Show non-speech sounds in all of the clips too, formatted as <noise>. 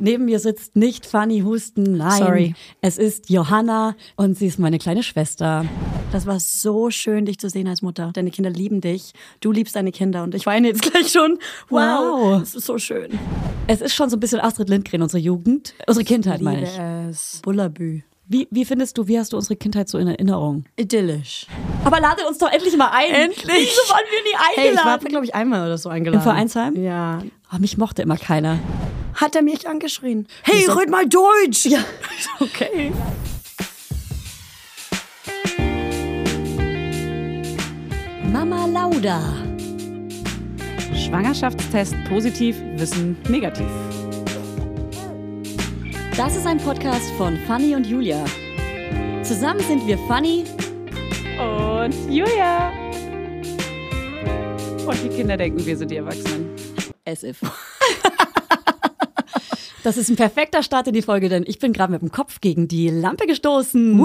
Neben mir sitzt nicht Fanny Husten, nein. Sorry. Es ist Johanna und sie ist meine kleine Schwester. Das war so schön, dich zu sehen als Mutter. Deine Kinder lieben dich. Du liebst deine Kinder. Und ich weine jetzt <laughs> gleich schon. Wow. Wow. Das ist so schön. Es ist schon so ein bisschen Astrid Lindgren, unsere Jugend, unsere Kindheit meine ich. es. Bullabü. Wie, wie findest du, wie hast du unsere Kindheit so in Erinnerung? Idyllisch. Aber ladet uns doch endlich mal ein. Endlich. Wieso waren wir nie Hey, ich war, eingeladen? glaube ich, einmal oder so eingeladen. Im Vereinsheim? Ja. oh, mich mochte immer keiner. Hat er mich angeschrien. Hey, red mal Deutsch. Ja. Okay. Mama Lauda. Schwangerschaftstest positiv, Wissen negativ. Das ist ein Podcast von Fanny und Julia. Zusammen sind wir Fanny. Und Julia. Und die Kinder denken, wir sind die Erwachsenen. As <laughs> if. Das ist ein perfekter Start in die Folge, denn ich bin gerade mit dem Kopf gegen die Lampe gestoßen.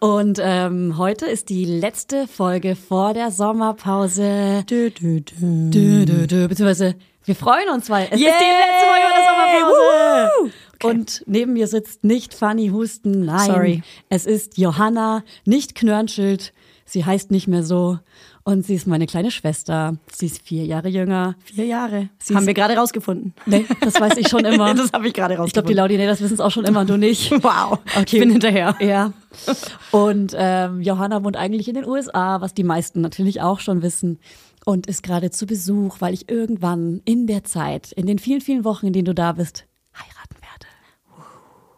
Und ähm, heute ist die letzte Folge vor der Sommerpause. Dö, dö, dö. Dö, dö, dö, beziehungsweise wir freuen uns, weil es Yay! ist die letzte Folge der Sommerpause. Wuhu! Okay. Und neben mir sitzt nicht Fanny Husten, nein, Sorry. es ist Johanna, nicht Knörnschild, sie heißt nicht mehr so und sie ist meine kleine Schwester, sie ist vier Jahre jünger. Vier Jahre. Sie Haben ist- wir gerade rausgefunden. Nee, das weiß ich schon immer. <laughs> das habe ich gerade ich glaube, die rausgefunden. Laudinators wissen es auch schon immer und du <laughs> nicht. wow. Okay. Ich bin hinterher. Ja. Und ähm, Johanna wohnt eigentlich in den USA, was die meisten natürlich auch schon wissen. Und ist gerade zu Besuch, weil ich irgendwann in der Zeit, in den vielen, vielen Wochen, in denen du da bist, heiraten werde.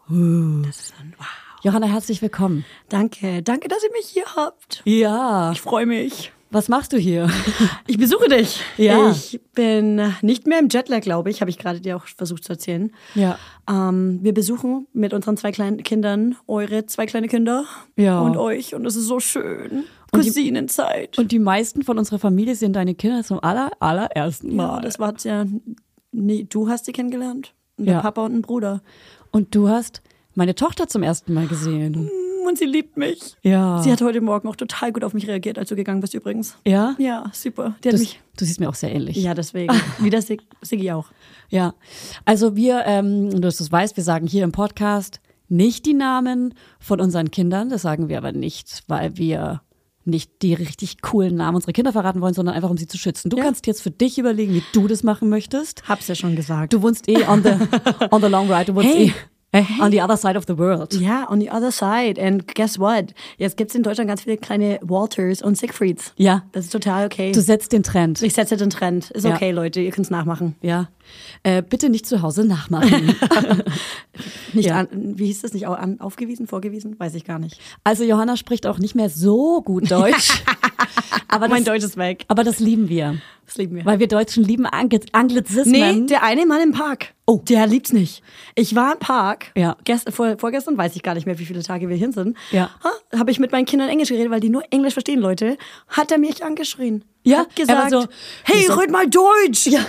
Das ist ein- wow. Johanna, herzlich willkommen. Danke. Danke, dass ihr mich hier habt. Ja. Ich freue mich. Was machst du hier? <laughs> Ich besuche dich. Ja. Ich bin nicht mehr im Jetlag, glaube ich, habe ich gerade dir auch versucht zu erzählen. Ja. Ähm, wir besuchen mit unseren zwei kleinen Kindern eure zwei kleine Kinder Ja. und euch und es ist so schön. Cousinenzeit. Und die meisten von unserer Familie sind deine Kinder zum aller, allerersten ja, Mal. das war ja nee, du hast sie kennengelernt, ein Ja. Papa und ein Bruder Und du hast meine Tochter zum ersten Mal gesehen. und sie liebt mich. Ja. Sie hat heute Morgen auch total gut auf mich reagiert, als du gegangen bist übrigens. ja? Ja, super. Die hat Du, mich. du siehst mir auch sehr ähnlich. Ja, deswegen. <laughs> Wie das Sig- Siggi auch. Ja, also wir, ähm, du hast es weißt, wir sagen hier im Podcast nicht die Namen von unseren Kindern. Das sagen wir aber nicht, weil wir nicht die richtig coolen Namen unserer Kinder verraten wollen, sondern einfach um sie zu schützen. Du kannst jetzt für dich überlegen, wie du das machen möchtest. Hab's ja schon gesagt. Du wohnst eh <laughs> on the on the long ride. Du wohnst Hey. eh on the other side of the world. Ja, on the other side. And guess what? Jetzt gibt's in Deutschland ganz viele kleine Walters und Siegfrieds. Ja, Das ist total okay. du setzt den Trend. ich setze den Trend. Ist Ja. okay, Leute. Ihr könnt's nachmachen. Ja, äh, bitte nicht zu Hause <laughs> nachmachen. Nicht Ja. an, wie hieß das nicht? Au- An, aufgewiesen, vorgewiesen? Weiß ich gar nicht. Also Johanna spricht auch nicht mehr so gut <laughs> Deutsch, aber das, mein Deutsch ist weg. aber das lieben wir. Das lieben wir. Weil wir Deutschen lieben Angl Anglizismen. Nee, der eine Mann im Park. Oh. Der liebt's nicht. Ich war im Park. Ja. Gest, vor, vorgestern weiß ich gar nicht mehr, wie viele Tage wir hin sind. Ja. Ha, Habe ich mit meinen Kindern Englisch geredet, weil die nur Englisch verstehen, Leute. Hat er mich angeschrien. Ja, Hat gesagt, er war so, hey, wieso- red mal Deutsch. <laughs> Ja.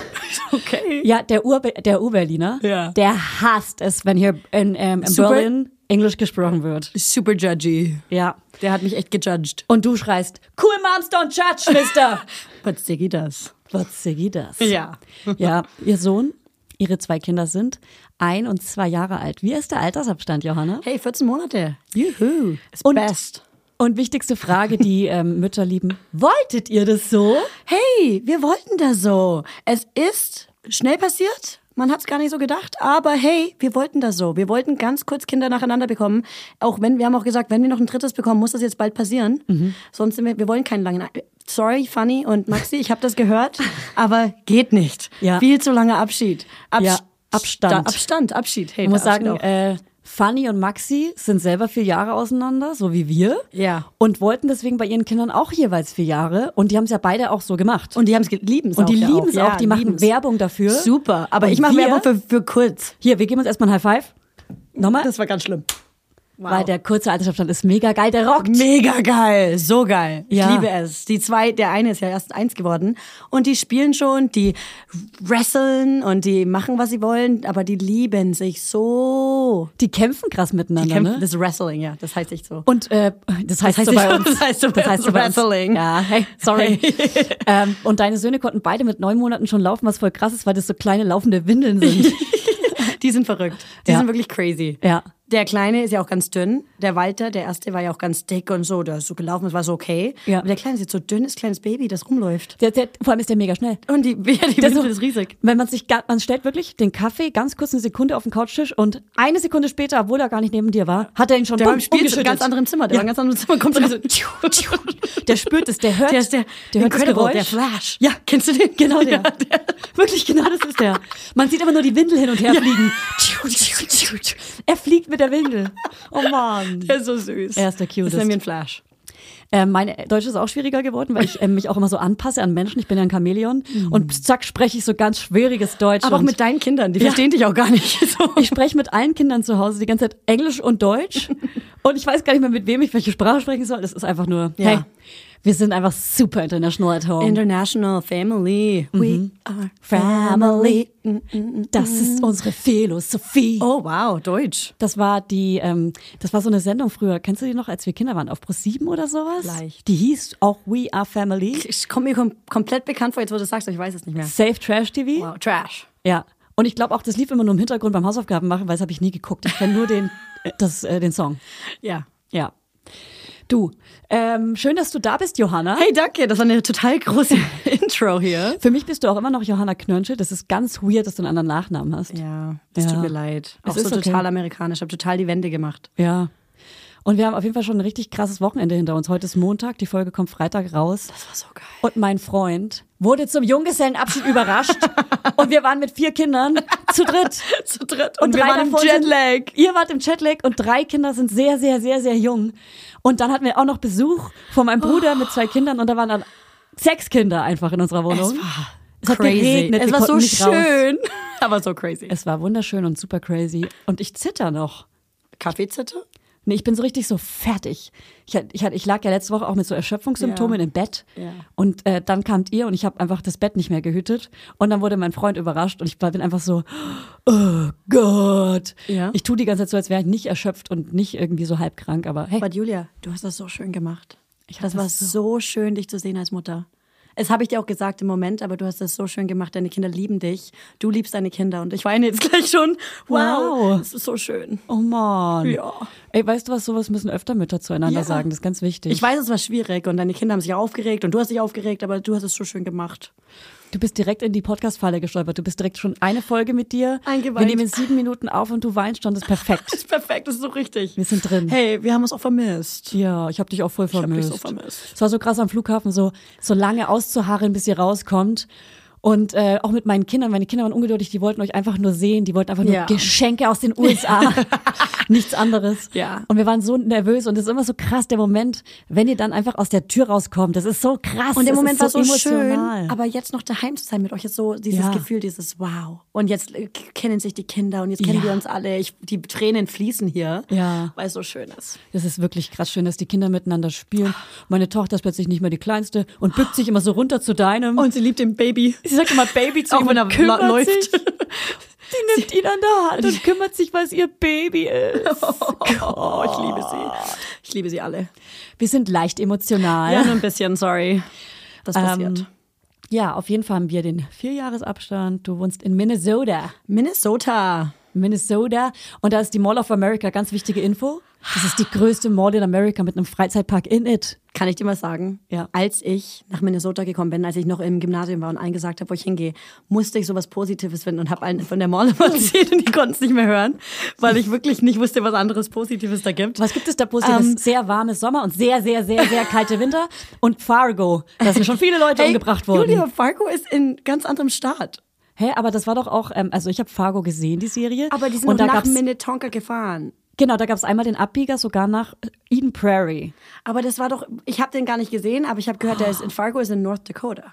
okay. ja, der Ur der Urberliner, Ja. der hasst es, wenn hier in, ähm, in Super. Berlin Englisch gesprochen wird. Super judgy. Ja. Der hat mich echt gejudged. Und du schreist, cool moms don't judge, <laughs> mister. But Siggi das. Was sie das? Ja. Ja, ihr Sohn, ihre zwei Kinder sind ein und zwei Jahre alt. Wie ist der Altersabstand, Johanna? Hey, 14 Monate. Juhu. Ist Und- best. Und wichtigste Frage, <laughs> die ähm, Mütter lieben, wolltet ihr das so? Hey, wir wollten das so. Es ist schnell passiert. Man hat es gar nicht so gedacht, aber hey, wir wollten das so. Wir wollten ganz kurz Kinder nacheinander bekommen. Auch wenn, wir haben auch gesagt, wenn wir noch ein drittes bekommen, muss das jetzt bald passieren. Mhm. Sonst sind wir, wir wollen keinen langen. Sorry, Fanny und Maxi, ich habe <laughs> das gehört, aber geht nicht. Ja. Viel zu langer Abschied. Abs- Ja, Abstand. Abstand, Abschied. Hey, Ich muss der Abschied sagen, auch. äh, Fanny und Maxi sind selber vier Jahre auseinander, so wie wir. Ja. Und wollten deswegen bei ihren Kindern auch jeweils vier Jahre. Und die haben es ja beide auch so gemacht. und die haben es lieben Und die lieben es auch. Die machen Werbung dafür. Super, aber Und ich mache wir- Werbung für, für kurz. Hier, wir geben uns erstmal ein High Five. Nochmal. war ganz schlimm. Wow. Mhm. Weil der kurze Altersabstand ist mega geil, der rockt. Mega geil, so geil. Ja. Ich liebe es. Die zwei, der eine ist ja erst eins geworden und die spielen schon, die wresteln und die machen, was sie wollen, aber die lieben sich so. Die kämpfen krass miteinander, Kämpfen- ne? Das ist Wrestling, ja, das heißt echt so. Und äh, das heißt, heißt so nicht- bei uns. das <laughs> heißt so bei uns also Wrestling. Ja, hey, sorry. <laughs> ähm, <laughs> und deine Söhne konnten beide mit neun Monaten schon laufen, was voll krass ist, weil das so kleine laufende Windeln sind. Die Die sind verrückt. Die Ja. sind wirklich crazy. Ja. Der Kleine ist ja auch ganz dünn. Der Walter, der erste, war ja auch ganz dick und so. Der ist so gelaufen, das war so okay. Ja. Aber der Kleine ist jetzt so dünnes kleines Baby, das rumläuft. Der, der, vor allem ist der mega schnell. Und die, <laughs> ja, die Das Windel ist riesig. Wenn man sich, ga- man stellt wirklich den Kaffee ganz kurz eine Sekunde auf den Couchtisch und eine Sekunde später, obwohl er gar nicht neben dir war, hat er ihn schon Der war im bumm, Spiel in umgeschüttelt. ganz anderem Zimmer. Der war in ganz anderem Zimmer. Kommt Und so, so, tschiu, tschiu. <laughs> Der spürt es, der hört, <laughs> der ist der, der hört das Incredible, Geräusch. der Flash. Ja, kennst du den? <laughs> Genau der. <laughs> Ja, der. Wirklich, genau das ist der. Man sieht immer nur die Windel hin und her fliegen. Tschiu, tschiu, tschiu, tschiu. Er fliegt mit der Windel. Oh Mann. Der ist so süß. Er ist der cutest. Das nennen wir einen Flash. Äh, mein Deutsch ist auch schwieriger geworden, weil ich äh, mich auch immer so anpasse an Menschen. Ich bin ja ein Chamäleon. Und zack, spreche ich so ganz schwieriges Deutsch. Mhm. Aber auch und mit deinen Kindern, die verstehen dich auch gar nicht. <laughs> So. <laughs> ich spreche mit allen Kindern zu Hause die ganze Zeit Englisch und <laughs> Deutsch. und ich weiß gar nicht mehr, mit wem ich welche Sprache sprechen soll. Es ist einfach nur, Ja. hey, wir sind einfach super international at home. International Family. Mhm. We are Family. mm, Das ist unsere Philosophie. Mm. Oh wow, Deutsch. Das war die, ähm, das war so eine Sendung früher. Kennst du die noch, als wir Kinder waren, auf Pro 7 oder sowas? Leicht. Die hieß auch We Are Family. Ich komme mir kom komplett bekannt vor, jetzt wo du es sagst, aber ich weiß es nicht mehr. Safe Trash TV. Wow, Trash. Ja. Und ich glaube auch, das lief immer nur im Hintergrund beim Hausaufgaben machen, weil das habe ich nie geguckt. Ich kenne nur <laughs> den, äh, das, äh, den Song. Ja. Ja. Du, ähm, schön, dass du da bist, Johanna. Hey, danke, das war eine total <laughs> große Intro hier. Für mich bist du auch immer noch Johanna Knörnsche. Das ist ganz weird, dass du einen anderen Nachnamen hast. Ja, es Ja. tut mir leid. Es Auch ist so okay. total amerikanisch, ich habe total die Wende gemacht. Ja. Und wir haben auf jeden Fall schon ein richtig krasses Wochenende hinter uns. Heute ist Montag, die Folge kommt Freitag raus. Das war so geil. Und mein Freund wurde zum Junggesellenabschied überrascht. und wir waren mit vier Kindern zu dritt. <laughs> Zu dritt Und, drei davon Jetlag. Sind, ihr wart im Jetlag und drei Kinder sind sehr, sehr, sehr, sehr jung. Und dann hatten wir auch noch Besuch von meinem Bruder mit zwei Kindern und da waren dann sechs Kinder einfach in unserer Wohnung. Es war Es hat crazy. geregnet, es wir war so konnten nicht raus. schön, <laughs> aber so crazy. Es war wunderschön und super crazy. Und ich zitter noch. Kaffeezitte? Nee, ich bin so richtig so fertig. Ich, hat- ich, hat- ich lag ja letzte Woche auch mit so Erschöpfungssymptomen Ja. im Bett. Ja. Und äh, dann kamt ihr und ich habe einfach das Bett nicht mehr gehütet. Und dann wurde mein Freund überrascht und ich war- bin einfach so, oh Gott. Ja. Ich tue die ganze Zeit so, als wäre ich nicht erschöpft und nicht irgendwie so halb krank. Aber hey, Aber Julia, du hast das so schön gemacht. Ich hab das, das war so. schön, dich zu sehen als Mutter. Es habe ich dir auch gesagt im Moment, aber du hast das so schön gemacht. Deine Kinder lieben dich. Du liebst deine Kinder und ich weine jetzt gleich schon. Wow, Wow. das ist so schön. oh Mann. Ja. Ey, weißt du was, sowas müssen öfter Mütter zueinander Ja. sagen. Das ist ganz wichtig. Ich weiß, es war schwierig und deine Kinder haben sich aufgeregt und du hast dich aufgeregt, aber du hast es so schön gemacht. Du bist direkt in die Podcast-Falle gestolpert. Du bist direkt schon eine Folge mit dir. Eingeweint. Wir nehmen sieben Minuten auf und du weinst schon. Das ist perfekt. Das <laughs> ist perfekt, das ist so richtig. Wir sind drin. Hey, wir haben uns auch vermisst. Ja, ich habe dich auch voll hab dich vermisst. so vermisst. Es war so krass am Flughafen, so, so lange auszuharren, bis ihr rauskommt. Und äh, auch mit meinen Kindern. Meine Kinder waren ungeduldig, die wollten euch einfach nur sehen. Die wollten einfach nur Ja. Geschenke aus den <laughs> USA. Nichts anderes. Ja. Und wir waren so nervös. Und es ist immer so krass, der Moment, wenn ihr dann einfach aus der Tür rauskommt. Das ist so krass. Und der das Moment ist war so emotional. schön, aber jetzt noch daheim zu sein mit euch ist so dieses Ja. Gefühl, dieses Wow. Und jetzt äh, k- kennen sich die Kinder und jetzt kennen Ja. wir uns alle. Ich, die Tränen fließen hier, Ja. weil es so schön ist. Das ist wirklich krass schön, dass die Kinder miteinander spielen. Ah. Meine Tochter ist plötzlich nicht mehr die Kleinste und bückt sich immer so runter zu deinem. Und sie liebt den Baby. sie sagt immer Baby zu Auch ihm wenn und er kümmert la- läuft. sich. Die nimmt ihn an der Hand und kümmert sich, weil es ihr Baby ist. <laughs> Oh, ich liebe sie. Ich liebe sie alle. Wir sind leicht emotional. Ähm, nur ein bisschen, sorry. Das passiert. Ja, auf jeden Fall haben wir den Vierjahresabstand. Du wohnst in Minnesota. Minnesota. Minnesota. Und da ist die Mall of America, ganz wichtige Info. Das ist die größte Mall in Amerika mit einem Freizeitpark in it. Kann ich dir mal sagen? Ja. Als ich nach Minnesota gekommen bin, als ich noch im Gymnasium war und allen gesagt habe, wo ich hingehe, musste ich sowas Positives finden und habe allen von der Mall immer <laughs> erzählt und die konnten es nicht mehr hören, weil ich wirklich nicht wusste, was anderes Positives da gibt. Was gibt es da Positives? Ähm, sehr warmes Sommer und sehr, sehr, sehr, sehr kalte Winter. Und Fargo, da sind schon viele Leute umgebracht worden. Julia, Fargo ist in ganz anderem Staat. Hä, aber das war doch auch, ähm, also ich habe Fargo gesehen, die Serie. Aber die sind und da auch nach gab's, Minnetonka gefahren. Genau, da gab es einmal den Abbieger sogar nach äh, Eden Prairie. Aber das war doch, ich habe den gar nicht gesehen, aber ich habe gehört, der ist in Fargo, ist in North Dakota.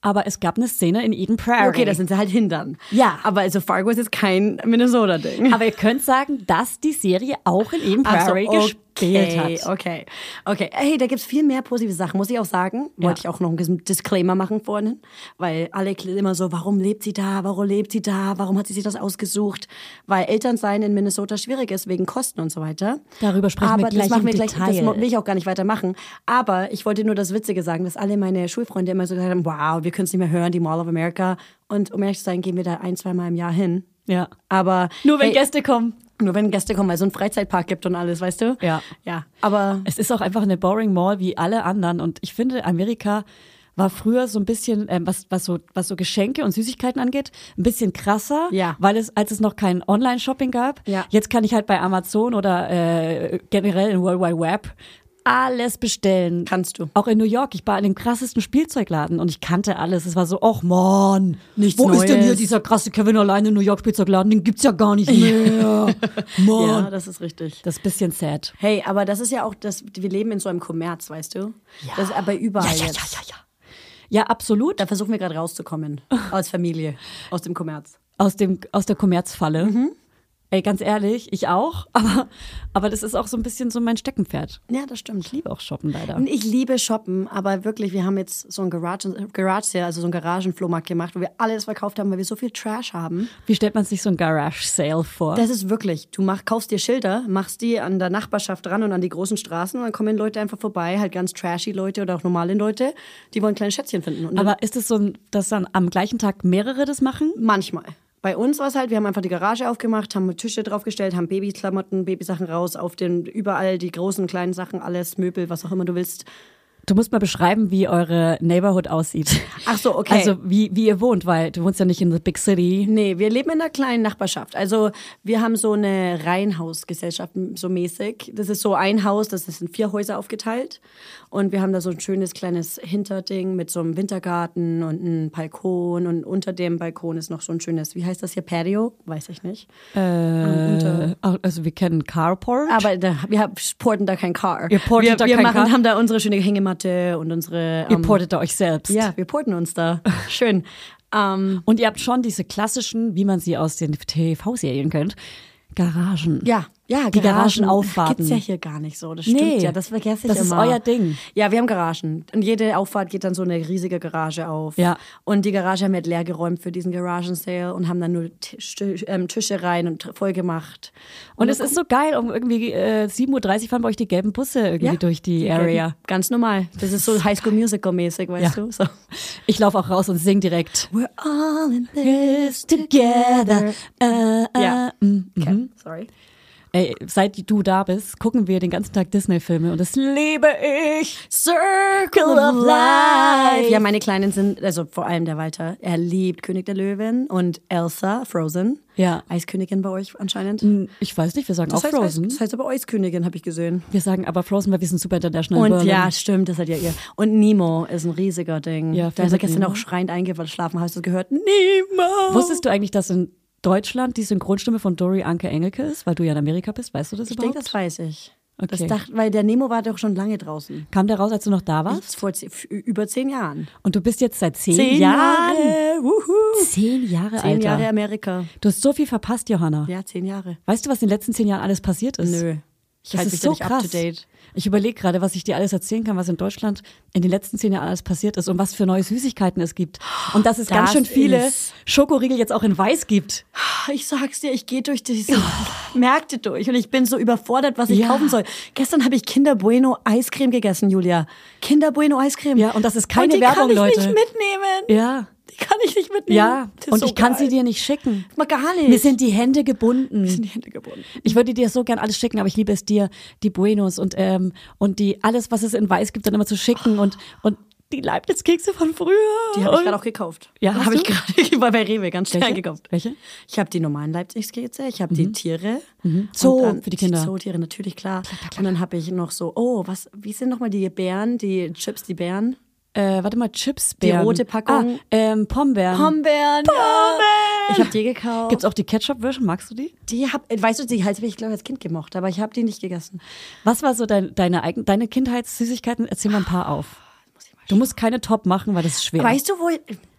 Aber es gab eine Szene in Eden Prairie. Okay, da sind sie halt hindern. Ja. Aber also Fargo ist jetzt kein Minnesota-Ding. aber ihr könnt sagen, dass die Serie auch in Eden Ach so, Prairie gespielt hat. Also, Okay, okay. Hey, da gibt's viel mehr positive Sachen, muss ich auch sagen. Wollte ich auch noch einen Disclaimer machen vorhin, weil alle kl- immer so, warum lebt sie da, warum lebt sie da, warum hat sie sich das ausgesucht? Weil Elternsein in Minnesota schwierig ist, wegen Kosten und so weiter. Darüber sprechen wir Aber gleich das machen im wir gleich, Detail. das mo- will ich auch gar nicht weitermachen. Aber ich wollte nur das Witzige sagen, dass alle meine Schulfreunde immer so gesagt haben, wow, wir können es nicht mehr hören, die Mall of America. Und um ehrlich zu sein, gehen wir da ein, zweimal im Jahr hin. Ja. Aber Nur wenn ey, Gäste kommen. nur wenn Gäste kommen, weil es so einen Freizeitpark gibt und alles, weißt du? Ja. Ja. Aber Es ist auch einfach eine boring Mall wie alle anderen. Und ich finde, Amerika war früher so ein bisschen, ähm, was, was, so, was so Geschenke und Süßigkeiten angeht, ein bisschen krasser, Ja. weil es, als es noch kein Online-Shopping gab, Ja. jetzt kann ich halt bei Amazon oder äh, generell in World Wide Web alles bestellen. Kannst du. Auch in New York. Ich war in dem krassesten Spielzeugladen und ich kannte alles. Es war so, ach man, Nichts wo ist denn hier Neues. dieser krasse Kevin alleine New York Spielzeugladen? Den gibt's ja gar nicht <laughs> mehr. ja, Mann. oh, das ist richtig. Das ist ein bisschen sad. Hey, aber das ist ja auch, das, wir leben in so einem Kommerz, weißt du? Ja. Das ist aber überall ja, ja, jetzt. ja, ja. Ja, absolut. Da versuchen wir gerade rauszukommen. <laughs> Als Familie. Aus dem Kommerz. aus, dem, aus der Kommerzfalle. Ey, ganz ehrlich, ich auch. <laughs> Aber, aber das ist auch so ein bisschen so mein Steckenpferd. Ja, das stimmt. Ich liebe auch Shoppen leider. Und Ich liebe Shoppen, aber wirklich, wir haben jetzt so ein Garage, Garage Sale, also so einen Garagenflohmarkt gemacht, wo wir alles verkauft haben, weil wir so viel Trash haben. Wie stellt man sich so ein Garage Sale vor? Das ist wirklich, du mach, kaufst dir Schilder, machst die an der Nachbarschaft ran und an die großen Straßen und dann kommen Leute einfach vorbei, halt ganz trashy Leute oder auch normale Leute, die wollen kleine Schätzchen finden. Und aber ist es so, ein, dass dann am gleichen Tag mehrere das machen? Manchmal. Bei uns war es halt, wir haben einfach die Garage aufgemacht, haben Tische draufgestellt, haben Babyklamotten, Babysachen raus, auf den überall die großen, kleinen Sachen, alles, Möbel, was auch immer du willst. Du musst mal beschreiben, wie eure Neighborhood aussieht. Ach so, okay. Also wie, wie ihr wohnt, weil du wohnst ja nicht in the big city. Nee, wir leben in einer kleinen Nachbarschaft. Also wir haben so eine Reihenhausgesellschaft so mäßig. Das ist so ein Haus, das ist in vier Häuser aufgeteilt. Und wir haben da so ein schönes kleines Hinterding mit so einem Wintergarten und einem Balkon. Und unter dem Balkon ist noch so ein schönes, wie heißt das hier, Patio? Weiß ich nicht. Äh, also wir kennen Carport. Aber da, wir haben- porten da kein Car. Ihr portet wir, da wir kein machen, Car? haben da unsere schöne Hängematte und unsere... ihr ähm, portet da euch selbst. ja, wir porten uns da. Schön. Ähm, Und ihr habt schon diese klassischen, wie man sie aus den TV-Serien kennt, Garagen. Ja, ja, Die Garagenauffahrten. Gibt's ja hier gar nicht so. Das stimmt Nee, ja, das vergesse ich das ist immer. euer Ding. Ja, wir haben Garagen. Und jede Auffahrt geht dann so eine riesige Garage auf. Ja. Und die Garage haben wir halt leer geräumt für diesen Garagen-Sale und haben dann nur Tisch, Tü- ähm, Tische rein und tr- voll gemacht. Und es ist so geil, um irgendwie äh, 7.30 Uhr fahren bei euch die gelben Busse irgendwie Ja, durch die, gelten- Area. Ganz normal. Das <laughs> ist so Highschool Musical-mäßig, weißt Ja. du? So. Ich laufe auch raus und sing direkt. We're all in This together. Äh, äh. Ja. Okay, sorry. Ey, seit du da bist, gucken wir den ganzen Tag Disney-Filme und das liebe ich. Circle of Life. Ja, meine Kleinen sind, also vor allem der Walter, er liebt König der Löwen und Elsa, Frozen. Ja. Eiskönigin bei euch anscheinend. Ich weiß nicht, wir sagen Das auch heißt, Frozen. das heißt aber Eiskönigin, habe ich gesehen. wir sagen aber Frozen, weil wir sind super international. in Und Berlin. ja, stimmt, das hat ja ihr. Und Nemo ist ein riesiger Ding. Ja, da ist er findet gestern Nemo. auch schreiend eingeschlafen, hast du es gehört? Nemo! Wusstest du eigentlich, dass in Deutschland die Synchronstimme von Dory Anke Engelke ist, weil du ja in Amerika bist? Weißt du das ich denke, überhaupt? das weiß ich. Okay. Das dachte, weil der Nemo war doch schon lange draußen. Kam der raus, als du noch da warst? Das ist vor ze- f- über zehn Jahren. Und du bist jetzt seit zehn, Jahre! Wuhu. Zehn Jahre, Zehn Alter. Jahre Amerika. Du hast so viel verpasst, Johanna. Ja, zehn Jahre. Weißt du, was in den letzten zehn Jahren alles passiert ist? Nö. Ich Das halte ist mich so da nicht krass. up to date. Ich überlege gerade, was ich dir alles erzählen kann, was in Deutschland in den letzten zehn Jahren alles passiert ist und was für neue Süßigkeiten es gibt. Und dass es Das ganz schön viele ist- Schokoriegel jetzt auch in Weiß gibt. Ich sag's dir, ich gehe durch diese Märkte durch und ich bin so überfordert, was ich Ja. kaufen soll. Gestern habe ich Kinder Bueno Eiscreme gegessen, Julia. Kinder Bueno Eiscreme. Ja, und das ist keine und die Werbung, kann ich Leute. nicht mitnehmen. Ja. Die kann ich nicht mitnehmen. Ja. Das ist Und so ich kann geil. sie dir nicht schicken. Mal gar nicht. Mir sind die Hände gebunden. in die Hände gebunden. Ich würde dir so gern alles schicken, aber ich liebe es dir, die Buenos und, ähm, und die, alles, was es in Weiß gibt, dann immer zu schicken und, und die Leibniz-Kekse von früher. Die habe ich Und- gerade auch gekauft. Ja, hast habe ich du? gerade <laughs> ich war bei Rewe ganz schnell Welche? gekauft. Welche? Ich habe die normalen Leipzig-Skizze, ich habe die Tiere. Und Zoo dann- Mhm. für die Kinder. Zootiere, natürlich, klar. Und dann habe ich noch so, oh, was, wie sind nochmal die Bären, die Chips, die Bären? Äh, warte mal, Chipsbeeren. Die rote Packung. Ah, ähm, Pombeeren. Pombeeren. Ja. Ich habe die gekauft. Gibt's auch die Ketchup-Version? Magst du die? die hab, weißt du, die halt habe ich glaube als Kind gemocht, aber ich habe die nicht gegessen. Was war so dein, deine, eigen, deine Kindheitssüßigkeiten? Erzähl mal ein paar auf. Du musst keine Top machen, weil das ist schwer. Weißt du, wo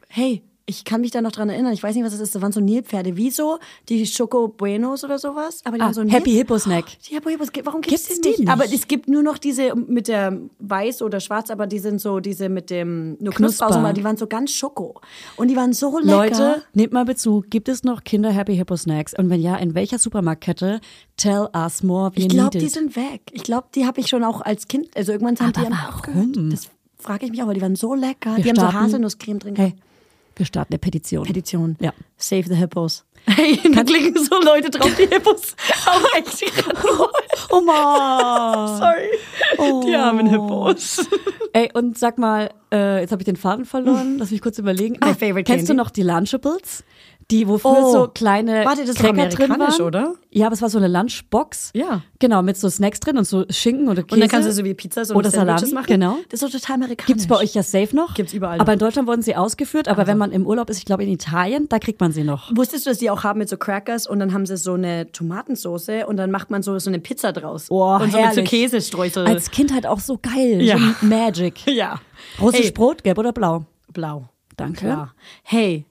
hey, ich kann mich da noch dran erinnern. Ich weiß nicht, was das ist. Das waren so Nilpferde. Wieso die Choco Buenos oder sowas? Aber die Ah, haben so einen Happy Nil- Hippo Snack. <gasps> Die Happy Hippos, warum gibt's, Gibt's die, nicht? die nicht? Aber es gibt nur noch diese mit der weiß oder schwarz, aber die sind so diese mit dem nur Knusper. Knusper. Knusper. Die waren so ganz Schoko und die waren so lecker. Leute, nehmt mal Bezug. Gibt es noch Kinder Happy Hippo Snacks? Und wenn ja, in welcher Supermarktkette? Tell us more. We Ich glaube, need die it. sind weg. Ich glaube, die habe ich schon auch als Kind. Also irgendwann haben Aber die einfach aufgehört. warum? Das frage ich mich auch, weil die waren so lecker. Wir die haben so starten- Haselnusscreme drin. <laughs> Hey, wir starten eine Petition. Petition. Ja. <laughs> Save the Hippos. Hey, da klicken so Leute drauf, die Hippos haben echt gerade. Oh man. <laughs> Sorry. Die <laughs> armen Hippos. Ey, und sag mal, äh, jetzt habe ich den Faden verloren. Lass mich kurz überlegen. My Ah, favorite kennst du candy. noch die Lunchables? Die, wo früher Oh. so kleine Warte, das ist doch Cracker drin amerikanisch, waren. oder? Ja, aber es war so eine Lunchbox. Ja. Genau, mit so Snacks drin und so Schinken oder Käse. Und dann kannst du so wie Pizza so Oder Sandwiches Salami, machen. genau. Das ist doch total amerikanisch. Gibt's bei euch ja safe noch. Gibt's überall Aber noch. Also. in Deutschland wurden sie ausgeführt. Aber wenn man im Urlaub ist, ich glaube in Italien, da kriegt man sie noch. Wusstest du, dass die auch haben mit so Crackers und dann haben sie so eine Tomatensoße und dann macht man so, so eine Pizza draus. Oh, und so mit herrlich. so Käsestreusel. Als Kind halt auch so geil. Ja. So Magic. <laughs> ja. Russisch Hey. Brot, gelb oder blau? Blau. Danke. Klar. Hey.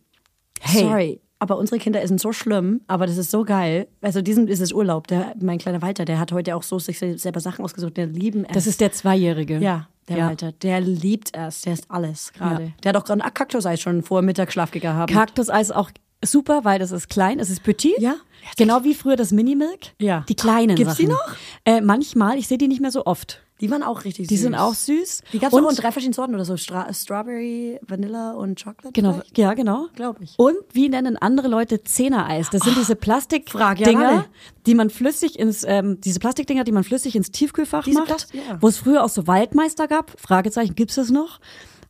Hey. Sorry. Aber unsere Kinder sind so schlimm, aber das ist so geil. Also diesem ist es Urlaub. Der, mein kleiner Walter, der hat heute auch so sich selber Sachen ausgesucht. Der lieben es. Das ist der Zweijährige. ja, der Ja. Walter. Der liebt es. Der ist alles gerade. Ja. Der hat auch gerade einen Kaktuseis schon vor Mittagsschlaf gehabt. Kaktuseis auch super, weil das ist klein, es ist petit. Ja. Genau wie früher das Minimilk. Ja. Die kleinen Gibt's die Sachen. noch? Äh, manchmal, ich sehe die nicht mehr so oft. die waren auch richtig süß. Die sind auch süß. Die gab es Und- auch in drei verschiedenen Sorten oder so. Stra Strawberry, Vanilla und Chocolate. Genau, vielleicht? ja, genau. Glaub ich. Und wie nennen andere Leute Zehnereis? Das sind diese frag ja Plastikdinger, alle. die man flüssig ins, ähm, diese Plastikdinger, die man flüssig ins Tiefkühlfach Diese macht, Plast- ja. wo es früher auch so Waldmeister gab. Fragezeichen, gibt's das noch?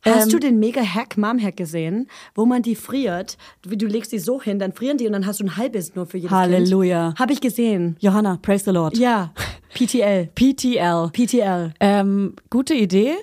Äh, Hast Ähm. du den mega Hack Mom Hack gesehen, wo man die friert? Du, du legst die so hin, dann frieren die und dann hast du ein halbes nur für jedes Halleluja. Kind. Habe ich gesehen. Johanna, praise the Lord. <laughs> Ja, PTL. PTL. PTL. Ähm, gute Idee,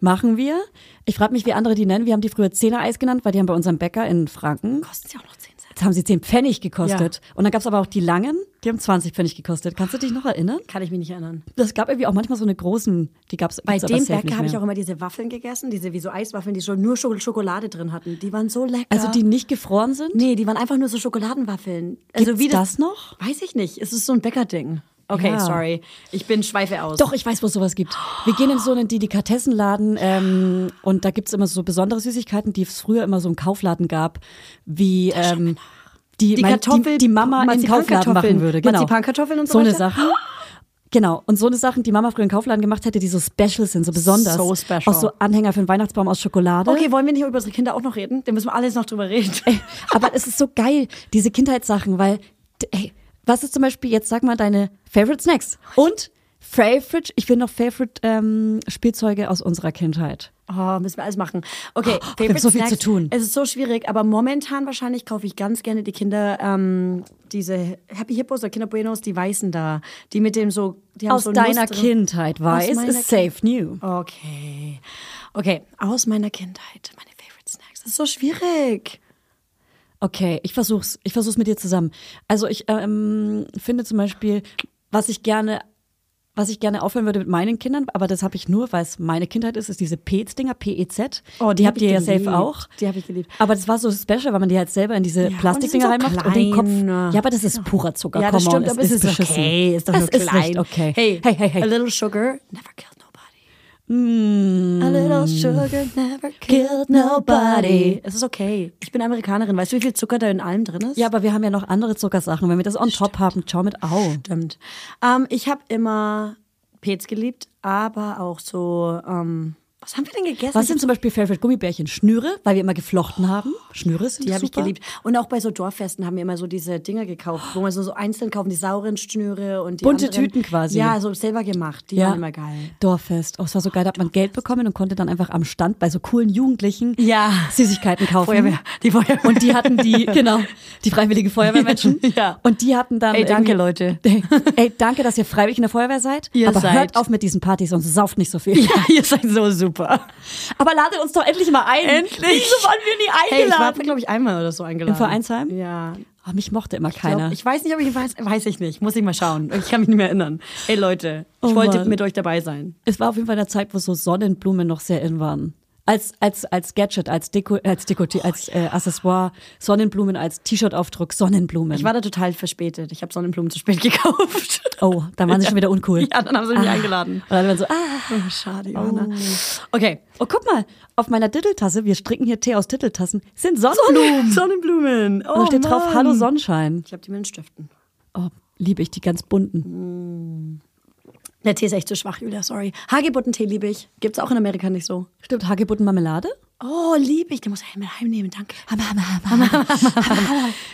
machen wir. Ich frage mich, wie andere die nennen. Wir haben die früher Zehnereis genannt, weil die haben bei unserem Bäcker in Franken, Kostet ja auch noch 10 Cent. jetzt haben sie 10 Pfennig gekostet. Und dann gab's aber auch die langen, die haben 20 Pfennig gekostet. Kannst du dich noch erinnern? Kann ich mich nicht erinnern. Das gab irgendwie auch manchmal so eine großen, die gab's Bei gibt's aber dem safe Bäcker nicht habe ich mehr. auch immer diese Waffeln gegessen, diese wie so Eiswaffeln, die schon nur Schoko- Schokolade drin hatten. Die waren so lecker. Also die nicht gefroren sind? Nee, die waren einfach nur so Schokoladenwaffeln. Also Gibt's das noch? Weiß ich nicht. Es ist so ein Bäckerding. Okay, Ja. sorry. Ich bin schweife aus. Doch, ich weiß, wo es sowas gibt. Wir gehen in so einen Delikatessenladen ähm, und da gibt's immer so besondere Süßigkeiten, die es früher immer so im Kaufladen gab, wie ähm, die, Die mein- die, Kartoffel- die Mama im Kaufladen Marzipankartoffeln. machen würde. Genau. Marzipankartoffeln und so So eine weiter. Sache. Genau, und so eine Sachen, die Mama früher im Kaufladen gemacht hätte, die so special sind, so besonders. So special. Auch so Anhänger für einen Weihnachtsbaum aus Schokolade. Okay, wollen wir nicht über unsere Kinder auch noch reden? Da müssen wir alles noch drüber reden. Aber es ist so geil, diese Kindheitssachen, weil, d- ey, was ist zum Beispiel jetzt, sag mal, deine Favorite Snacks? Und Favorite, ich will noch Favorite ähm, Spielzeuge aus unserer Kindheit. Oh, müssen wir alles machen. Okay, Oh, wir haben so viel zu tun. Es ist so schwierig, aber momentan wahrscheinlich kaufe ich ganz gerne die Kinder, ähm, diese Happy Hippos oder Kinder Buenos, die Weißen da, die mit dem so, die haben Aus so Nuss deiner drin. Kindheit weiß, meiner ist safe new. Okay, okay, aus meiner Kindheit, meine Favorite Snacks. Das ist so schwierig. Okay, ich versuch's. Ich versuch's mit dir zusammen. Also ich ähm, finde zum Beispiel, was ich gerne, was ich gerne aufhören würde mit meinen Kindern, aber das habe ich nur, weil es meine Kindheit ist, ist diese E Pez-Dinger, PEZ. Oh, die die hab habt ich ihr ja geliebt. safe auch. Die hab ich geliebt. Aber das war so special, weil man die halt selber in diese und Plastikdinger die sind so reinmacht und den Kopf. klein. Ja, aber das ist purer Zucker. ja, Come das stimmt, on, aber es ist, beschissen. okay, ist doch es nur klein. Ist nicht okay. Hey, Also, hey, hey, a hey. little sugar never killed nobody. A little sugar never killed Killed nobody. nobody. Es ist okay. Ich bin Amerikanerin. Weißt du, wie viel Zucker da in allem drin ist? Ja, aber wir haben ja noch andere Zuckersachen. Wenn wir das on top haben, schau mit au. Stimmt. Ähm, ich habe immer Pets geliebt, aber auch so. Ähm, was haben wir denn gegessen? Was sind zum Beispiel Favorite Gummibärchen? Schnüre, weil wir immer geflochten haben. Schnüre sind die habe ich super. geliebt. Und auch bei so Dorffesten haben wir immer so diese Dinger gekauft, wo man so, so einzeln kaufen, die sauren Schnüre und die Bunte anderen. Tüten quasi. Ja, so selber gemacht. Die Ja. waren immer geil. Dorffest. Oh, es war so geil, da hat man Geld bekommen und konnte dann einfach am Stand bei so coolen Jugendlichen Ja. Süßigkeiten kaufen. Feuerwehr. Die Feuerwehr. Und die hatten <laughs> die, genau, die freiwillige <laughs> Feuerwehrmenschen. Ja. Und die hatten dann. Ey, irgendwie- danke, Leute. <laughs> Ey, ey, danke, dass ihr freiwillig in der Feuerwehr seid. Ihr aber seid- hört auf mit diesen Partys, sonst sauft nicht so viel. <laughs> Ja, ihr seid so super. <laughs> Aber ladet uns doch endlich mal ein. Endlich. Wieso waren wir nie Hey, ich war, eingeladen? glaube ich, einmal oder so eingeladen. Im Vereinsheim? Ja. oh, mich mochte immer Ich, keiner. glaub, ich weiß nicht, ob ich weiß, weiß ich nicht. Muss ich mal schauen. Ich kann mich nicht mehr erinnern. Hey Leute, ich Oh wollte Mann. mit euch dabei sein. Es war auf jeden Fall eine Zeit, wo so Sonnenblumen noch sehr in waren. Als, als, als Gadget, als Deko, als, Dekoté, als äh, Accessoire, Sonnenblumen als T-Shirt-Aufdruck, Sonnenblumen. Ich war da total verspätet. Ich habe Sonnenblumen zu spät <laughs> gekauft. oh, da waren sie schon wieder uncool. <laughs> Ah. Ja, dann haben sie mich eingeladen. Und dann waren so, ah. Oh, schade, Johanna. Okay. Oh, guck mal, auf meiner Titteltasse, wir stricken hier Tee aus Titteltassen, sind Sonnenblumen. Sonnenblumen. Oh, Und da steht drauf, Mann. hallo Sonnenschein. Ich habe die mit den Stiften. Oh, liebe ich die ganz bunten. Der Tee ist echt zu schwach, Julia, sorry. Hagebuttentee liebe ich. Gibt's auch in Amerika nicht so. Stimmt, Hagebuttenmarmelade? Oh, lieb ich. Der muss er mit heimnehmen, danke. <laughs> Hammer, hammer, hammer, hammer.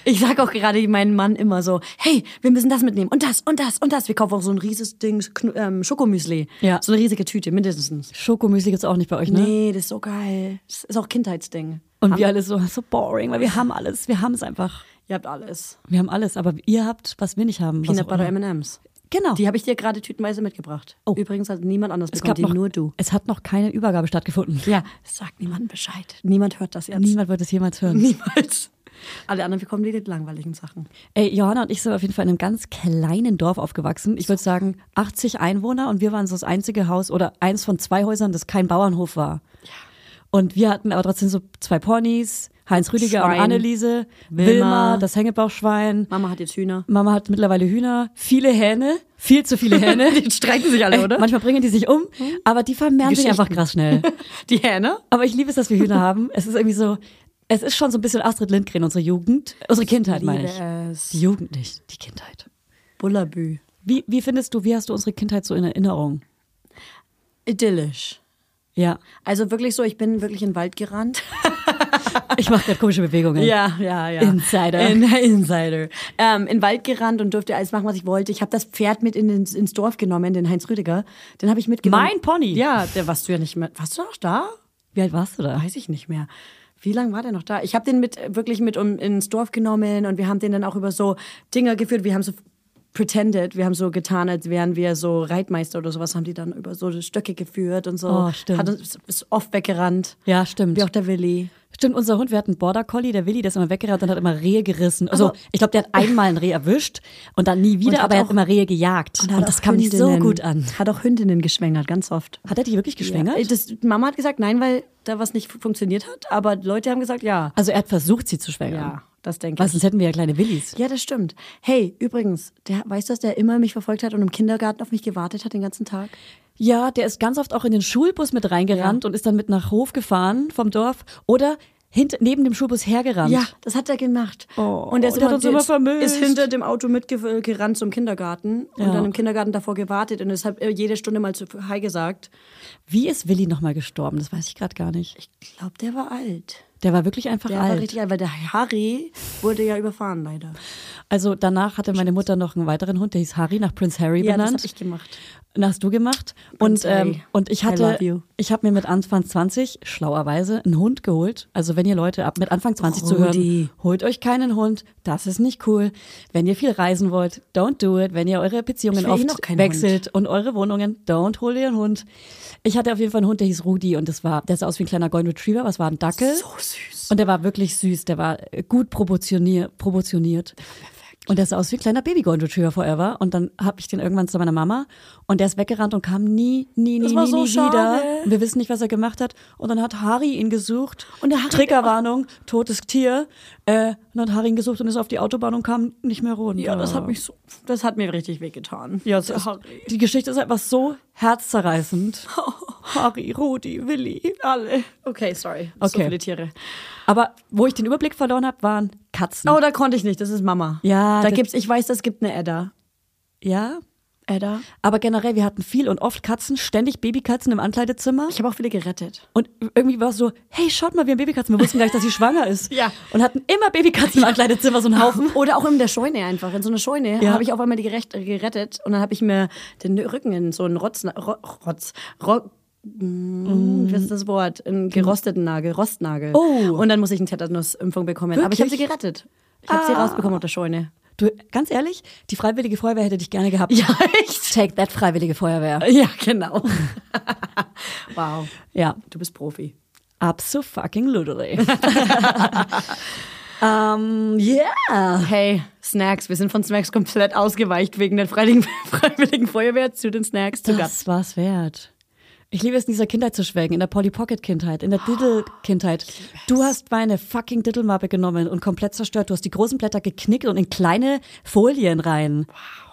Ich sag auch gerade meinem Mann immer so, hey, wir müssen das mitnehmen und das und das und das. Wir kaufen auch so ein riesiges Ding Knu- ähm, Schokomüsli. Ja. So eine riesige Tüte, mindestens. Schokomüsli gibt's auch nicht bei euch, ne? Nee, das ist so geil. Das ist auch Kindheitsding. Und wir alle so, so boring, weil wir haben alles. Wir haben es einfach. Ihr habt alles. Wir haben alles, aber ihr habt, was wir nicht haben. was Peanut auch Butter immer. M&M's. Genau. Die habe ich dir gerade tütenweise mitgebracht. Oh. Übrigens hat niemand anders es bekommen, die noch, nur du. Es hat noch keine Übergabe stattgefunden. Ja, sag niemandem Bescheid. Niemand hört das jetzt. Niemand wird es jemals hören. <laughs> Niemals. Alle anderen bekommen die langweiligen Sachen. Ey, Johanna und ich sind auf jeden Fall in einem ganz kleinen Dorf aufgewachsen. Ich würde sagen 80 Einwohner und wir waren so das einzige Haus oder eins von zwei Häusern, das kein Bauernhof war. Und wir hatten aber trotzdem so zwei Ponys, Heinz Rüdiger Schwein. und Anneliese, Wilma, Wilma. das Hängebauchschwein. Mama hat jetzt Hühner. Mama hat mittlerweile Hühner, viele Hähne, viel zu viele Hähne. <laughs> Die streiten sich alle, ne? Ey, oder? Mhm. Manchmal bringen die sich um, aber die vermehren sich Geschichten. einfach krass <laughs> schnell. Die Hähne? Aber ich liebe es, dass wir Hühner haben. Es ist irgendwie so, es ist schon so ein bisschen Astrid Lindgren, unsere Jugend, unsere Kindheit meine ich. Die es. Jugend nicht, die Kindheit. Bullabü. Wie, wie findest du, wie hast du unsere Kindheit so in Erinnerung? Idyllisch. Ja, Also wirklich so, ich bin wirklich in den Wald gerannt. ich mache gerade komische <laughs> Bewegungen. <laughs> Ja, ja, ja. Insider. <laughs> In, Insider. Ähm, in den Wald gerannt und durfte alles machen, was ich wollte. Ich habe das Pferd mit in den, ins Dorf genommen, den Heinz Rüdiger. Den habe ich mitgenommen. Mein Pony? Ja, der warst du ja nicht mehr. Warst du noch da? Wie alt warst du da? Weiß ich nicht mehr. Wie lange war der noch da? Ich habe den mit wirklich mit um, ins Dorf genommen und wir haben den dann auch über so Dinge geführt. Wir haben so pretended, wir haben so getan, als wären wir so Reitmeister oder sowas, haben die dann über so Stöcke geführt und so. Oh, stimmt. Hat uns ist oft weggerannt. Ja, stimmt. Wie auch der Willi. Stimmt, unser Hund, wir hatten einen Border Collie, der Willi, der ist immer weggerannt und hat immer Rehe gerissen. Also, Aber- ich glaube, der hat einmal ein Reh erwischt und dann nie Und wieder, hat aber er hat auch- immer Rehe gejagt. Und, das kam nicht so Hündinnen- gut an. Hat auch Hündinnen geschwängert, ganz oft. Hat er dich wirklich geschwängert? Ja, das, Mama hat gesagt, nein, weil da was nicht funktioniert hat, aber Leute haben gesagt, ja. Also, er hat versucht, sie zu schwängern. Ja, das denke ich. Weil sonst hätten wir ja kleine Willis. Ja, das stimmt. Hey, übrigens, der, weißt du, dass der immer mich verfolgt hat und im Kindergarten auf mich gewartet hat den ganzen Tag? Ja, der ist ganz oft auch in den Schulbus mit reingerannt und ist dann mit nach Hof gefahren vom Dorf oder hint, neben dem Schulbus hergerannt. Ja, das hat er gemacht. Oh, und der ist der hat immer, uns immer ist- vermisst. Ist hinter dem Auto mitgerannt zum Kindergarten Ja. und dann im Kindergarten davor gewartet und deshalb äh, jede Stunde mal zu Hi gesagt. Wie ist Willi nochmal gestorben? Das weiß ich gerade gar nicht. Ich glaube, der war alt. Der war wirklich einfach Der war alt. richtig alt, weil der Harry wurde ja überfahren leider. Also danach hatte meine Mutter noch einen weiteren Hund, der hieß Harry, nach Prince Harry Ja, das benannt. habe ich gemacht. Den hast du gemacht. Und, Prince ähm, Harry. und ich I hatte, love you. ich habe mir mit Anfang 20 schlauerweise einen Hund geholt. Also wenn ihr Leute ab mit Anfang 20 Rudi. zuhören, holt euch keinen Hund. Das ist nicht cool. Wenn ihr viel reisen wollt, don't do it. Wenn ihr eure Beziehungen Ich will eh oft noch keinen wechselt und eure Wohnungen, don't holt ihr einen Hund. Ich hatte auf jeden Fall einen Hund, der hieß Rudi und das war, der sah aus wie ein kleiner Golden Retriever, was war ein Dackel. So süß. Und der war wirklich süß, der war äh, gut proportionier, proportioniert. Und der sah aus wie ein kleiner baby Golden Retriever forever. Und dann habe ich den irgendwann zu meiner Mama und der ist weggerannt und kam nie, nie, nie, Das war nie, so nie wieder. schade. Und wir wissen nicht, was er gemacht hat. Und dann hat Harry ihn gesucht. Und der Harry- Triggerwarnung, totes Tier. Äh, und dann hat Harry ihn gesucht und ist auf die Autobahn und kam nicht mehr runter. Ja, das hat mich so, das hat mir richtig wehgetan. Ja, es ist, Harry. die Geschichte ist einfach so <laughs> herzzerreißend. Harry, Rudi, Willi. Alle. Okay, sorry. So Okay. viele Tiere. Aber wo ich den Überblick verloren habe, waren Katzen. Oh, da konnte ich nicht. Das ist Mama. Ja, Da das- gibt's, ich weiß, es gibt eine Edda. Ja, Edda? Aber generell, wir hatten viel und oft Katzen, ständig Babykatzen im Ankleidezimmer. Ich habe auch viele <laughs> gerettet. Und irgendwie war es so, hey, schaut mal, wir haben Babykatzen. Wir wussten gleich, dass sie schwanger ist. <laughs> Ja. Und hatten immer Babykatzen im Ankleidezimmer, so einen Haufen. Oder auch in der Scheune einfach. In so einer Scheune Ja. habe ich auch einmal die gerecht, gerettet und dann habe ich mir den Rücken in so einen Rotz, Ro, Rotz, Ro, mm, was ist das Wort? Einen gerosteten Nagel, Rostnagel. Oh. Und dann muss ich eine Tetanusimpfung bekommen. Aber ich habe sie Wirklich? Ah. gerettet. Ich habe sie rausbekommen aus <laughs> der Scheune. Du, ganz ehrlich, die Freiwillige Feuerwehr hätte dich gerne gehabt. Ja, <laughs> echt? Take that, Freiwillige Feuerwehr. <laughs> Ja, <laughs> genau. wow. Ja, Du bist Profi. <laughs> absolutely. um, yeah. Hey, Snacks. Wir sind von Snacks komplett ausgeweicht wegen der Freiwilligen, <laughs> Freiwilligen Feuerwehr zu den Snacks. Zu Gast. Das war's wert. Ich liebe es, in dieser Kindheit zu schwelgen, in der Polly Pocket Kindheit, in der Diddle Kindheit. Du hast meine fucking Diddle-Mappe genommen und komplett zerstört. Du hast die großen Blätter geknickt und in kleine Folien rein.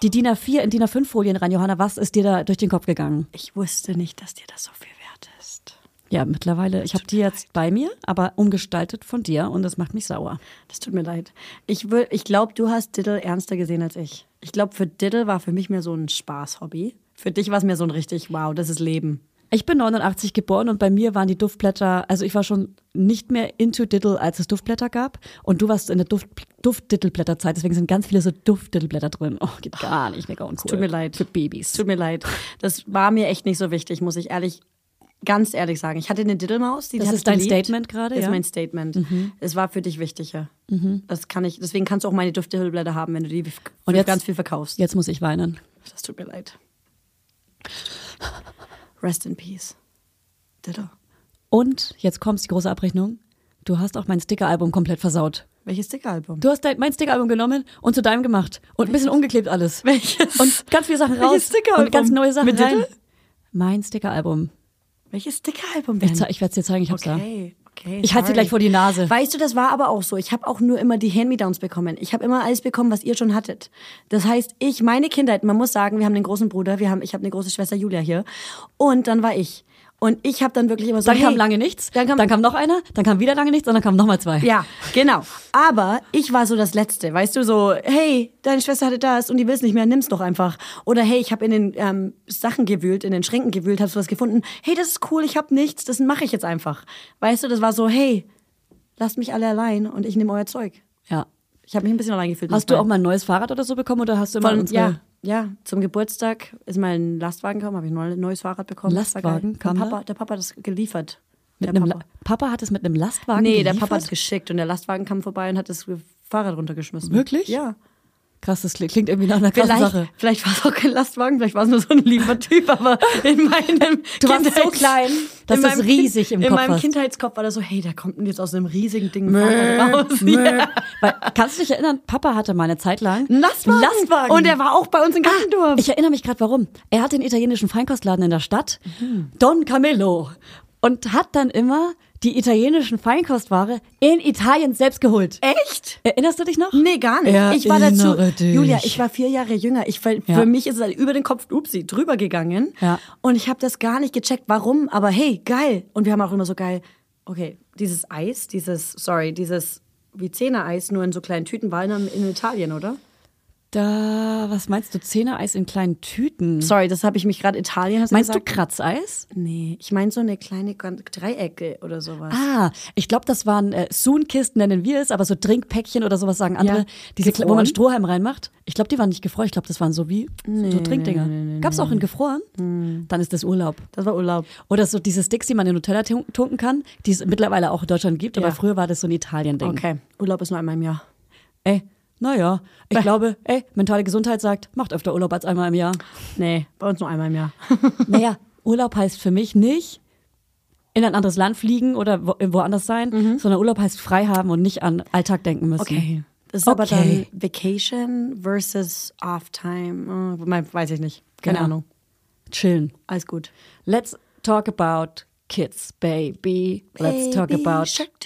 Die DIN A4 in DIN A5 Folien rein. Johanna, was ist dir da durch den Kopf gegangen? Ich wusste nicht, dass dir das so viel wert ist. Ja, mittlerweile. Ich habe die jetzt bei mir, aber umgestaltet von dir und das macht mich sauer. Das tut mir leid. Ich, wür- ich glaube, du hast Diddle ernster gesehen als ich. Ich glaube, für Diddle war für mich mehr so ein Spaß-Hobby. Für dich war es mehr so ein richtig, wow, das ist Leben. Ich bin 89 geboren und bei mir waren die Duftblätter, also ich war schon nicht mehr into Diddle, als es Duftblätter gab. Und du warst in der Duft, Duftdittelblätterzeit, deswegen sind ganz viele so Duftdittelblätter drin. Oh, geht gar nicht, mega uncool. Tut mir leid. Für Babys. Tut mir leid. Das war mir echt nicht so wichtig, muss ich ehrlich, ganz ehrlich sagen. Ich hatte eine Diddlemaus, die Das hab ist ich dein geliebt. Statement gerade, Das ja? Mhm. ist mein Statement. Es war für dich wichtig, ja. Das kann ich, deswegen kannst du auch meine Duftdittelblätter haben, wenn du die f- Und für jetzt- ganz viel verkaufst. Jetzt muss ich weinen. Das tut mir leid. Rest in peace. Diddle. Und jetzt kommt die große Abrechnung. Du hast auch mein Stickeralbum komplett versaut. Welches Stickeralbum? Du hast dein, mein Stickeralbum genommen und zu deinem gemacht und ein bisschen umgeklebt alles. <laughs> Welches? Und ganz viele Sachen Welches raus Stickeralbum? und ganz neue Sachen Mit rein. Titel? Mein Stickeralbum. Welches Stickeralbum Ich, denn? ze- ich werde es dir zeigen, ich hab's da. Okay, okay. Ich halte sie sorry. gleich vor die Nase. Weißt du, das war aber auch so. Ich habe auch nur immer die Hand-me-Downs bekommen. Ich habe immer alles bekommen, was ihr schon hattet. Das heißt, ich, meine Kindheit, man muss sagen, wir haben den großen Bruder, wir haben, ich habe eine große Schwester Julia hier. Und dann war ich. Und ich habe dann wirklich immer so. Dann hey, kam lange nichts, Dann kam, noch einer, dann kam wieder lange nichts und dann kamen nochmal zwei. ja, genau. Aber ich war so das Letzte, weißt du, so, hey, deine Schwester hatte das und die will es nicht mehr, nimm's doch einfach. Oder hey, ich habe in den ähm, Sachen gewühlt, in den Schränken gewühlt, hab sowas gefunden. Hey, das ist cool, ich habe nichts, das mache ich jetzt einfach. Weißt du, das war so, hey, lasst mich alle allein und ich nehme euer Zeug. ja. Ich habe mich ein bisschen allein gefühlt. Hast du auch mal ein neues Fahrrad oder so bekommen oder hast du immer von, unsere ja, ja, zum Geburtstag ist mal ein Lastwagen gekommen, habe ich ein neues Fahrrad bekommen. Das war Lastwagen geil. kam der da? Papa, der Papa hat das geliefert. mit der einem Papa. La Papa hat es mit einem Lastwagen Nee, geliefert? der Papa hat es geschickt und der Lastwagen kam vorbei und hat das Fahrrad runtergeschmissen. Wirklich? Ja. Krass, das klingt irgendwie nach einer krassen Vielleicht, Sache. vielleicht war es auch kein Lastwagen, vielleicht war es nur so ein lieber Typ, aber in meinem Du warst so Kindheits- klein, dass in du es meinem riesig im in Kopf meinem hast. Kindheitskopf war das so, hey, da kommt denn jetzt aus einem riesigen Ding ein <laughs> Fahrrad raus. <laughs> Ja. Weil, kannst du dich erinnern, Papa hatte mal eine Zeit lang Ein Lastwagen. Lastwagen. Ah, Und der war auch bei uns in Gartendorf. Ich erinnere mich gerade, warum. Er hatte einen italienischen Feinkostladen in der Stadt, Mhm. Don Camillo, und hat dann immer die italienischen Feinkostware in Italien selbst geholt. Echt? Erinnerst du dich noch? Nee, gar nicht. Erinnere ich war dazu. dich. Julia, ich war vier Jahre jünger. Ich, war- Ja. Für mich ist es halt über den Kopf, upsi, drüber gegangen. Ja. Und ich habe das gar nicht gecheckt, warum. Aber hey, geil. Und wir haben auch immer so geil, okay, dieses Eis, dieses, sorry, dieses Vizena-Eis nur in so kleinen Tüten war in, in Italien, oder? Mhm. Da, was meinst du, Zähneeis in kleinen Tüten? Sorry, das habe ich mich gerade Italien hast Meinst du du gesagt? Kratzeis? Nee, ich meine so eine kleine Gan- Dreiecke oder sowas. Ah, ich glaube, das waren äh, Soon-Kisten, nennen wir es, aber so Trinkpäckchen oder sowas sagen andere. Ja. Diese, Kle- wo man Gefroren? Strohhalm reinmacht. Ich glaube, die waren nicht gefroren. Ich glaube, das waren so wie so Trinkdinger. Gab's auch in gefroren? Dann ist das Urlaub. Hm. Das war Urlaub. Oder so diese Sticks, die man in Nutella tun- tunken kann, die es mittlerweile auch in Deutschland gibt, aber Ja. früher war das so ein Italien-Ding. Okay, Urlaub ist nur einmal im Jahr. Ey, naja, ich glaube, ey, mentale Gesundheit sagt, macht öfter Urlaub als einmal im Jahr. Nee, bei uns nur einmal im Jahr. Naja, Urlaub heißt für mich nicht in ein anderes Land fliegen oder wo, woanders sein, sondern Urlaub heißt frei haben und nicht an Alltag denken müssen. Mhm. Okay. Das ist aber dann Okay. Vacation versus Off-Time. Äh, mein- weiß ich nicht. Keine Genau. Ahnung. Chillen. Alles gut. Let's talk about kids, baby. Let's talk Baby about... <laughs> Shark. <laughs>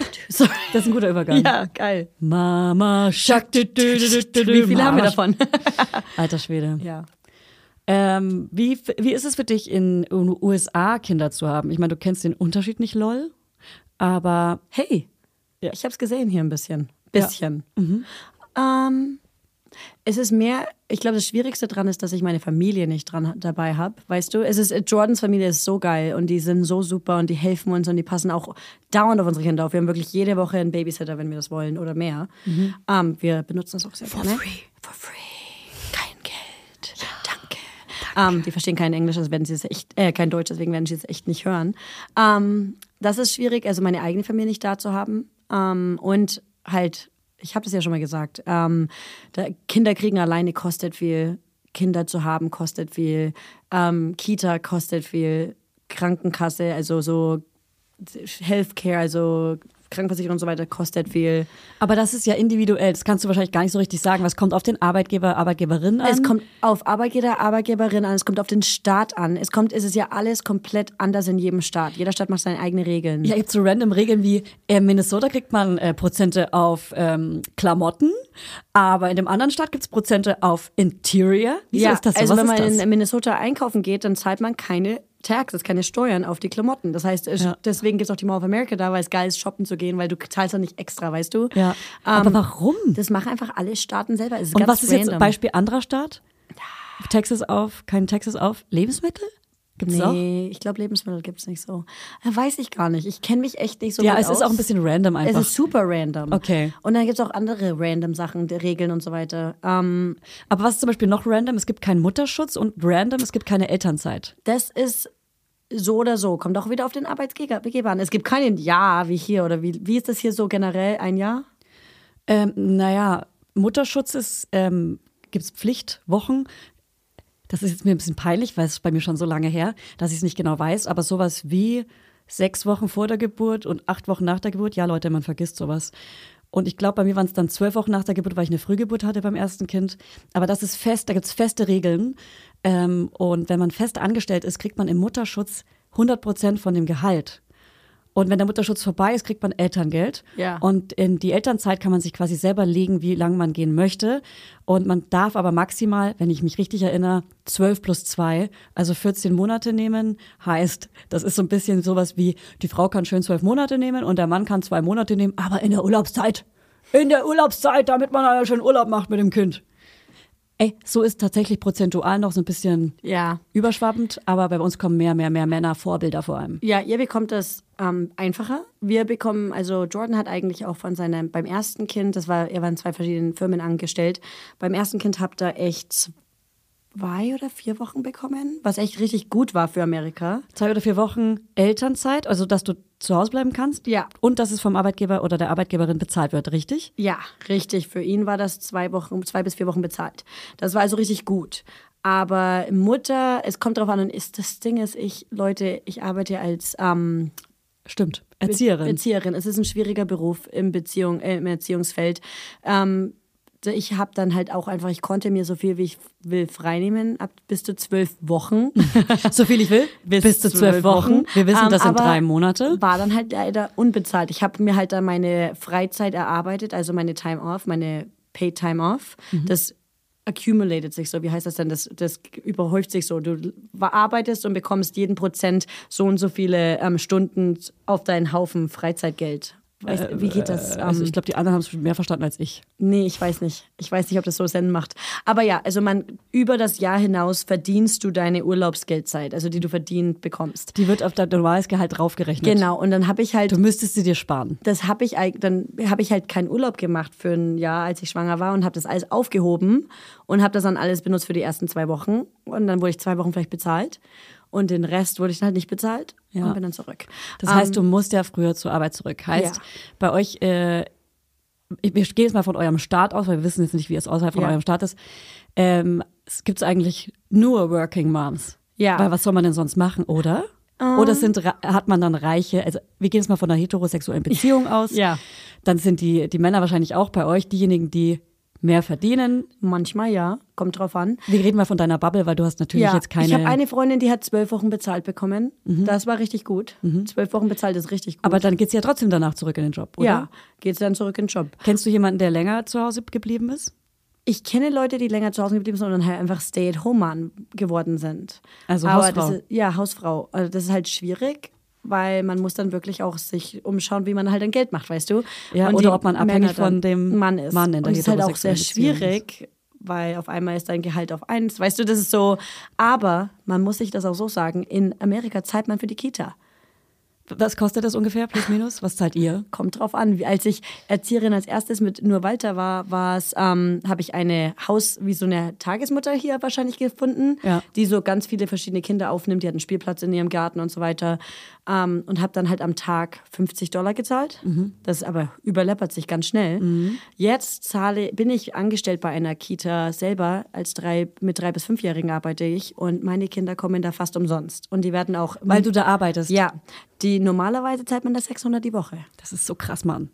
Du, du, du, du, du. Sorry. Das ist ein guter Übergang. Ja, geil. Mama Shark. du, du, du, du, du, du, Wie viele haben wir Mama davon? Shark. Alter Schwede. <laughs> ja. Ähm, wie, f- wie ist es für dich, in den USA Kinder zu haben? Ich meine, du kennst den Unterschied nicht, lol. Aber Hey, Ja. ich habe es gesehen hier ein bisschen. Bisschen. Ähm, es ist mehr, ich glaube, das Schwierigste dran ist, dass ich meine Familie nicht dran dabei habe. Weißt du, es ist, Jordans Familie ist so geil und die sind so super und die helfen uns und die passen auch dauernd auf unsere Kinder auf. Wir haben wirklich jede Woche einen Babysitter, wenn wir das wollen oder mehr. Ähm, wir benutzen das auch sehr For gerne. Free. For free. Kein Geld. Danke. Ähm, die verstehen kein Englisch, also werden sie es echt, äh, kein Deutsch, deswegen werden sie es echt nicht hören. Ähm, das ist schwierig, also meine eigene Familie nicht da zu haben. Ähm, und halt, ich habe das ja schon mal gesagt, ähm, da, Kinder kriegen alleine kostet viel, Kinder zu haben kostet viel, ähm, Kita kostet viel, Krankenkasse, also so Healthcare, also Krankenversicherung und so weiter kostet viel. Aber das ist ja individuell. Das kannst du wahrscheinlich gar nicht so richtig sagen. Was kommt auf den Arbeitgeber, Arbeitgeberin an? Es kommt auf Arbeitgeber, Arbeitgeberin an, es kommt auf den Staat an. Es kommt, es ist ja alles komplett anders in jedem Staat. Jeder Staat macht seine eigenen Regeln. ja, gibt so random Regeln wie, in Minnesota kriegt man äh, Prozente auf ähm, Klamotten, aber in dem anderen Staat gibt's Prozente auf Interior. Wieso Ja, ist das so? also Was wenn man ist das? in Minnesota einkaufen geht, dann zahlt man keine Taxes, keine Steuern auf die Klamotten. Das heißt, es- Ja. deswegen gibt es auch die Mall of America da, weil es geil ist, shoppen zu gehen, weil du zahlst ja nicht extra, weißt du? Ähm, Ja. Aber warum? Das machen einfach alle Staaten selber. Es ist Und ganz was ist jetzt random. Ah. Beispiel anderer Staat? Texas auf, kein Texas auf, Lebensmittel? Gibt's Nee, auch? ich glaube, Lebensmittel gibt es nicht so. Äh, Weiß ich gar nicht. Ich kenne mich echt nicht so Ja, gut es aus. ist auch ein bisschen random einfach. Es ist super random. Okay. Und dann gibt es auch andere random Sachen, die Regeln und so weiter. Ähm, Aber was ist zum Beispiel noch random? Es gibt keinen Mutterschutz und random, es gibt keine Elternzeit. das ist so oder so. Kommt auch wieder auf den Arbeitgeber an. Es gibt keinen Jahr wie hier oder wie, wie ist das hier so generell ein Jahr? Ähm, naja, Mutterschutz ist, ähm, gibt es Pflichtwochen. Das ist jetzt mir ein bisschen peinlich, weil es ist bei mir schon so lange her, dass ich es nicht genau weiß. Aber sowas wie sechs Wochen vor der Geburt und acht Wochen nach der Geburt, ja Leute, man vergisst sowas. Und ich glaube, bei mir waren es dann zwölf Wochen nach der Geburt, weil ich eine Frühgeburt hatte beim ersten Kind. Aber das ist fest, da gibt es feste Regeln. Ähm, und wenn man fest angestellt ist, kriegt man im Mutterschutz 100 Prozent von dem Gehalt. Und wenn der Mutterschutz vorbei ist, kriegt man Elterngeld. Ja. Und in die Elternzeit kann man sich quasi selber legen, wie lang man gehen möchte. Und man darf aber maximal, wenn ich mich richtig erinnere, 12 plus 2, also 14 Monate nehmen. Heißt, das ist so ein bisschen sowas wie, die Frau kann schön 12 Monate nehmen und der Mann kann zwei Monate nehmen, aber in der Urlaubszeit. In der Urlaubszeit, damit man einen schönen Urlaub macht mit dem Kind. Ey, so ist tatsächlich prozentual noch so ein bisschen Ja. überschwappend, aber bei uns kommen mehr, mehr, mehr Männer, Vorbilder vor allem. Ja, ihr bekommt das ähm, einfacher. Wir bekommen, also Jordan hat eigentlich auch von seinem, beim ersten Kind, das war, er war in zwei verschiedenen Firmen angestellt, beim ersten Kind habt ihr echt zwei oder vier Wochen bekommen, was echt richtig gut war für Amerika. zwei oder vier Wochen Elternzeit, also dass du zu Hause bleiben kannst. Ja. Und dass es vom Arbeitgeber oder der Arbeitgeberin bezahlt wird, richtig? Ja, richtig. Für ihn war das zwei Wochen, zwei bis vier Wochen bezahlt. Das war also richtig gut. Aber Mutter, es kommt drauf an, und ist, das Ding ist, ich, Leute, ich arbeite als ähm, Stimmt. Erzieherin. Erzieherin. Es ist ein schwieriger Beruf im, Beziehung, äh, im Erziehungsfeld. Ähm, da- ich habe dann halt auch einfach, ich konnte mir so viel wie ich will freinehmen, ab bis zu zwölf Wochen. <laughs> so viel ich will. Bis, zu zwölf Wochen. Wir wissen, Ähm, das sind aber drei Monate. War dann halt leider unbezahlt. Ich habe mir halt dann meine Freizeit erarbeitet, also meine Time Off, meine Paid Time Off. Mhm. Das accumulated sich so, wie heißt das denn? Das, das überhäuft sich so. Du arbeitest und bekommst jeden Prozent so und so viele ähm, Stunden auf deinen Haufen Freizeitgeld. Weißt, wie geht das? Äh, also ähm, ich glaube, die anderen haben es mehr verstanden als ich. Nee, ich weiß nicht. Ich weiß nicht, ob das so Sinn macht. Aber ja, also man über das Jahr hinaus verdienst du deine Urlaubsgeldzeit, also die du verdient bekommst. Die wird auf dein normales Gehalt draufgerechnet. Genau, und dann habe ich halt Du müsstest sie dir sparen. das habe ich eig- dann habe ich halt keinen Urlaub gemacht für ein Jahr, als ich schwanger war und habe das alles aufgehoben und habe das dann alles benutzt für die ersten zwei Wochen und dann wurde ich zwei Wochen vielleicht bezahlt und den Rest wurde ich dann halt nicht bezahlt Ja. und bin dann zurück. Das Ähm, heißt, du musst ja früher zur Arbeit zurück. Heißt, Ja. bei euch, äh, ich, wir gehen jetzt mal von eurem Start aus, weil wir wissen jetzt nicht, wie es außerhalb von Ja. eurem Start ist. Ähm, es gibt eigentlich nur Working Moms. Ja. Ähm. Weil was soll man denn sonst machen, oder? Oder sind, ra- hat man dann reiche, also wir gehen jetzt mal von einer heterosexuellen Beziehung aus. Ja. Dann sind die, die Männer wahrscheinlich auch bei euch diejenigen, die mehr verdienen. Ähm, manchmal ja, kommt drauf an. Wir reden mal von deiner Bubble, weil du hast natürlich jetzt keine. Mhm. ich habe eine Freundin, die hat zwölf Wochen bezahlt bekommen. Das war richtig gut. Zwölf Wochen bezahlt ist richtig gut. aber dann geht's ja trotzdem danach zurück in den Job, oder? ja, geht's dann zurück in den Job. Kennst du jemanden, der länger zu Hause geblieben ist? Ich kenne Leute, die länger zu Hause geblieben sind und dann halt einfach Stay-at-Home-Man geworden sind. Also Das Hausfrau. ist, ja, Hausfrau. Also das ist halt schwierig, weil man muss dann wirklich auch sich umschauen, wie man halt dann Geld macht, weißt du? Ja, und oder die ob man abhängig Männer dann- von dem Mann ist. Mann in der und das ist halt auch sehr heterosexuellen Beziehung ist. schwierig, weil auf einmal ist dein Gehalt auf eins. Weißt du, das ist so. Aber man muss sich das auch so sagen, in Amerika zahlt man für die Kita. Was kostet das ungefähr, plus minus? Was zahlt ihr? kommt drauf an. Wie- Als ich Erzieherin als erstes mit nur Walter war, war es, ähm, habe ich eine Haus, wie so eine Tagesmutter hier wahrscheinlich gefunden, Ja. die so ganz viele verschiedene Kinder aufnimmt. Die hat einen Spielplatz in ihrem Garten und so weiter. Ähm, und habe dann halt am Tag 50 Dollar gezahlt. Mhm. Das aber überleppert sich ganz schnell. Jetzt zahle, bin ich angestellt bei einer Kita selber. Als drei, mit drei bis fünfjährigen arbeite ich und meine Kinder kommen da fast umsonst. Und die werden auch. Weil du da arbeitest. ja, die normalerweise zahlt man da 600 die Woche. Das ist so krass, Mann.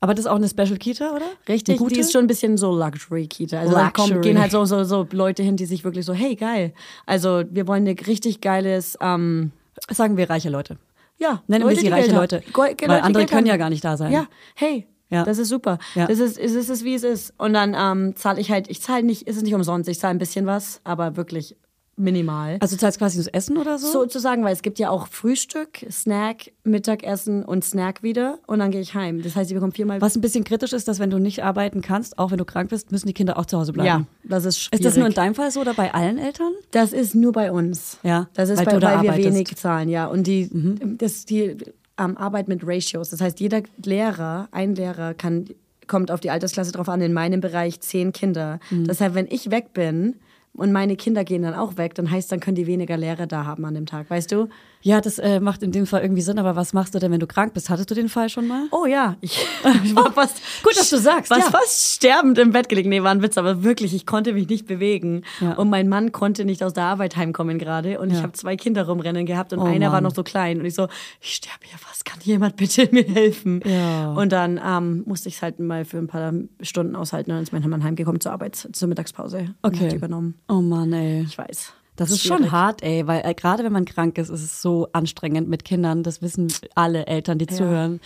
Aber das ist auch eine Special Kita, oder? Richtig, Eine gute? die ist schon ein bisschen so Luxury-Kita. Also da kommen, Luxury. gehen halt so, so, so Leute hin, die sich wirklich so, hey, geil. Also wir wollen ein richtig geiles, ähm, Sagen wir reiche Leute. ja, Nennen wir Leute, sie die reiche Geld haben. Leute, Go- Leute, die weil andere Geld können ja haben. gar nicht da sein. Ja, hey, Ja. das ist super. Ja. Das ist, es ist, es ist, wie es ist. Und dann ähm, zahle ich halt, ich zahle nicht, ist es ist nicht umsonst, ich zahle ein bisschen was, aber wirklich minimal. Also zahlst quasi das Essen oder so? Sozusagen, weil es gibt ja auch Frühstück, Snack, Mittagessen und Snack wieder und dann gehe ich heim. Das heißt, ich bekomme viermal Was ein bisschen kritisch ist, dass wenn du nicht arbeiten kannst, auch wenn du krank bist, müssen die Kinder auch zu Hause bleiben. Ja, das ist schwierig. Ist das nur in deinem Fall so oder bei allen Eltern? Das ist nur bei uns. Ja, Das ist weil bei, du da weil wir arbeitest. Mhm. wenig zahlen, ja. Und die, das, die ähm, Arbeit mit Ratios. Das heißt, jeder Lehrer, ein Lehrer kann, kommt auf die Altersklasse drauf an, in meinem Bereich zehn Kinder. Mhm. Deshalb, wenn ich weg bin und meine Kinder gehen dann auch weg, dann heißt, dann können die weniger Lehrer da haben an dem Tag, weißt du? Ja, das äh, macht in dem Fall irgendwie Sinn, aber was machst du denn, wenn du krank bist? Hattest du den Fall schon mal? <laughs> Oh ja, ich, ich war fast. Gut, dass du sagst, Was ja. fast sterbend im Bett gelegen. Nee, war ein Witz, aber wirklich, ich konnte mich nicht bewegen. Ja. Und mein Mann konnte nicht aus der Arbeit heimkommen gerade. Und ich Ja. habe zwei Kinder rumrennen gehabt und Oh einer war Mann. noch so klein. Und ich so, ich sterbe hier fast. Kann jemand bitte <laughs> mir helfen? Ja. Und dann ähm, musste ich es halt mal für ein paar Stunden aushalten. Und dann ist mein Mann heimgekommen zur Arbeit, zur Mittagspause. Und hat übernommen. Oh Mann, ey. Ich weiß. Das ist schwierig. schon hart, ey, weil äh, gerade wenn man krank ist, ist es so anstrengend mit Kindern. Das wissen alle Eltern, die zuhören.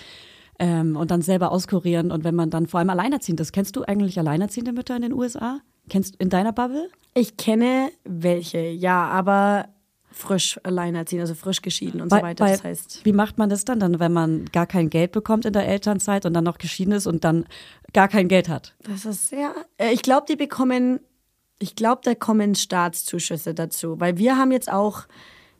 Ähm, und dann selber auskurieren. Und wenn man dann vor allem alleinerziehend ist. Kennst du eigentlich alleinerziehende Mütter in den USA? Kennst in deiner Bubble? Ich kenne welche, ja, aber frisch alleinerziehend, also frisch geschieden und so Weil- weiter. weil- Das heißt. Wie macht man das dann, dann, wenn man gar kein Geld bekommt in der Elternzeit und dann noch geschieden ist und dann gar kein Geld hat? Das ist sehr. Äh, ich glaube, die bekommen. Ich glaube, da kommen Staatszuschüsse dazu, weil wir haben jetzt auch.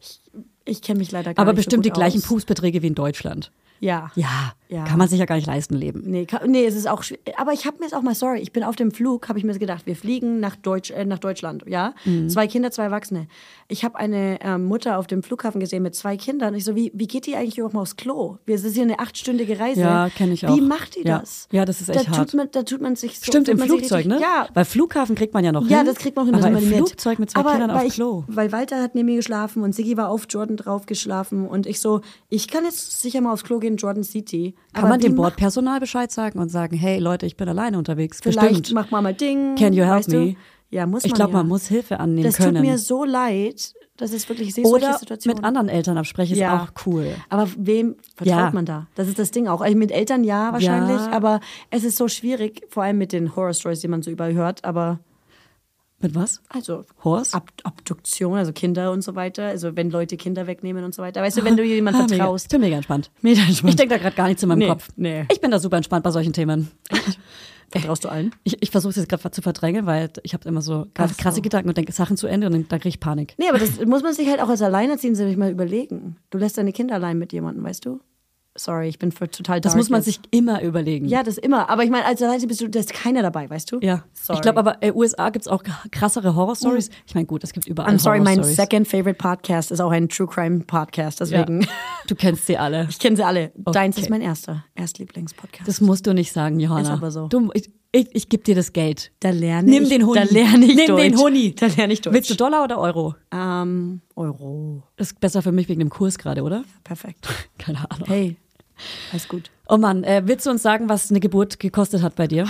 Ich, ich kenne mich leider gar Aber nicht so bestimmt gut die gleichen aus. Pußbeträge wie in Deutschland. Ja. Ja, Ja. kann man sich ja gar nicht leisten leben. Nee, ka- nee, es ist auch schwi- aber ich habe mir jetzt auch mal sorry, ich bin auf dem Flug, habe ich mir gedacht, wir fliegen nach Deutsch äh, nach Deutschland, ja? Mhm. Zwei Kinder, zwei Erwachsene. Ich habe eine ähm, Mutter auf dem Flughafen gesehen mit zwei Kindern, ich so wie wie geht die eigentlich überhaupt mal aufs Klo? Wir es ist hier eine achtstündige Reise. Ja, kenn ich auch. Wie macht die Ja. das? Ja, das ist echt da tut hart. man da tut man sich so Stimmt, tut im man sich Flugzeug, richtig, ne? Ja, Weil Flughafen kriegt man ja noch Ja, hin. das kriegt man auch hin. Hm? Aber das ist im immer nett. Flugzeug mit zwei Aber Kindern weil auf ich, Klo. Weil Walter hat neben mir geschlafen und Siggi war auf Jordan drauf geschlafen und ich so, ich kann jetzt sicher mal aufs Klo gehen, Jordan City. Kann man dem Bordpersonal Bescheid sagen und sagen, hey Leute, ich bin alleine unterwegs? Vielleicht Bestimmt. macht man mal Ding. Can you help weißt me? Du? Ja, muss man. ich glaube, ja. man muss Hilfe annehmen Das können. tut mir so leid. Das ist wirklich, ich sehe solche Oder Situationen. mit anderen Eltern absprechen ist Ja. auch cool. Aber wem vertraut Ja. man da? Das ist das Ding auch. Also mit Eltern ja wahrscheinlich, Ja. aber es ist so schwierig, vor allem mit den Horror-Stories, die man so überall hört. Aber Mit was? Also Horst? Ab Abduktion, also Kinder und so weiter. Also wenn Leute Kinder wegnehmen und so weiter. Weißt du, wenn du jemand mega- Ah, vertraust. Ich bin mega entspannt. Mega entspannt. Ich denke da gerade gar nichts in meinem Nee, Kopf. nee. Ich bin da super entspannt bei solchen Themen. Vertraust du allen? Ich, ich versuche es jetzt gerade zu verdrängen, weil ich habe immer so Ach krasse, so. krasse Gedanken und denke Sachen zu Ende und dann, dann kriege ich Panik. Nee, aber das muss man sich halt auch als Alleinerziehende sich mal überlegen. Du lässt deine Kinder allein mit jemandem, weißt du? Sorry, ich bin für total Das dark muss man jetzt. sich immer überlegen. Ja, das immer. Aber ich meine, als Alleinerziehende bist du, da ist keiner dabei, weißt du? Ja. Sorry. Mm. Ich glaube aber, äh, USA gibt es auch krassere Horror-Stories. Ich meine, gut, es gibt überall I'm Also, sorry, mein Horror-Stories. second favorite Podcast ist auch ein True Crime Podcast. Deswegen, Ja. Du kennst sie alle. ich kenne sie alle. Deins Okay. ist mein erster Erstlieblingspodcast. Das musst du nicht sagen, Johanna. Ist aber so. Du, ich ich, ich gebe dir das Geld. Da lerne Nimm ich- den Huni. da lerne ich Nimm den Deutsch. Huni. Da lerne ich Deutsch. Willst du Dollar oder Euro? Ähm, Euro. Das ist besser für mich wegen dem Kurs gerade, <laughs> oder? Perfekt. Keine Ahnung. Hey, alles gut. Oh Mann, äh, willst du uns sagen, was eine Geburt gekostet hat bei dir?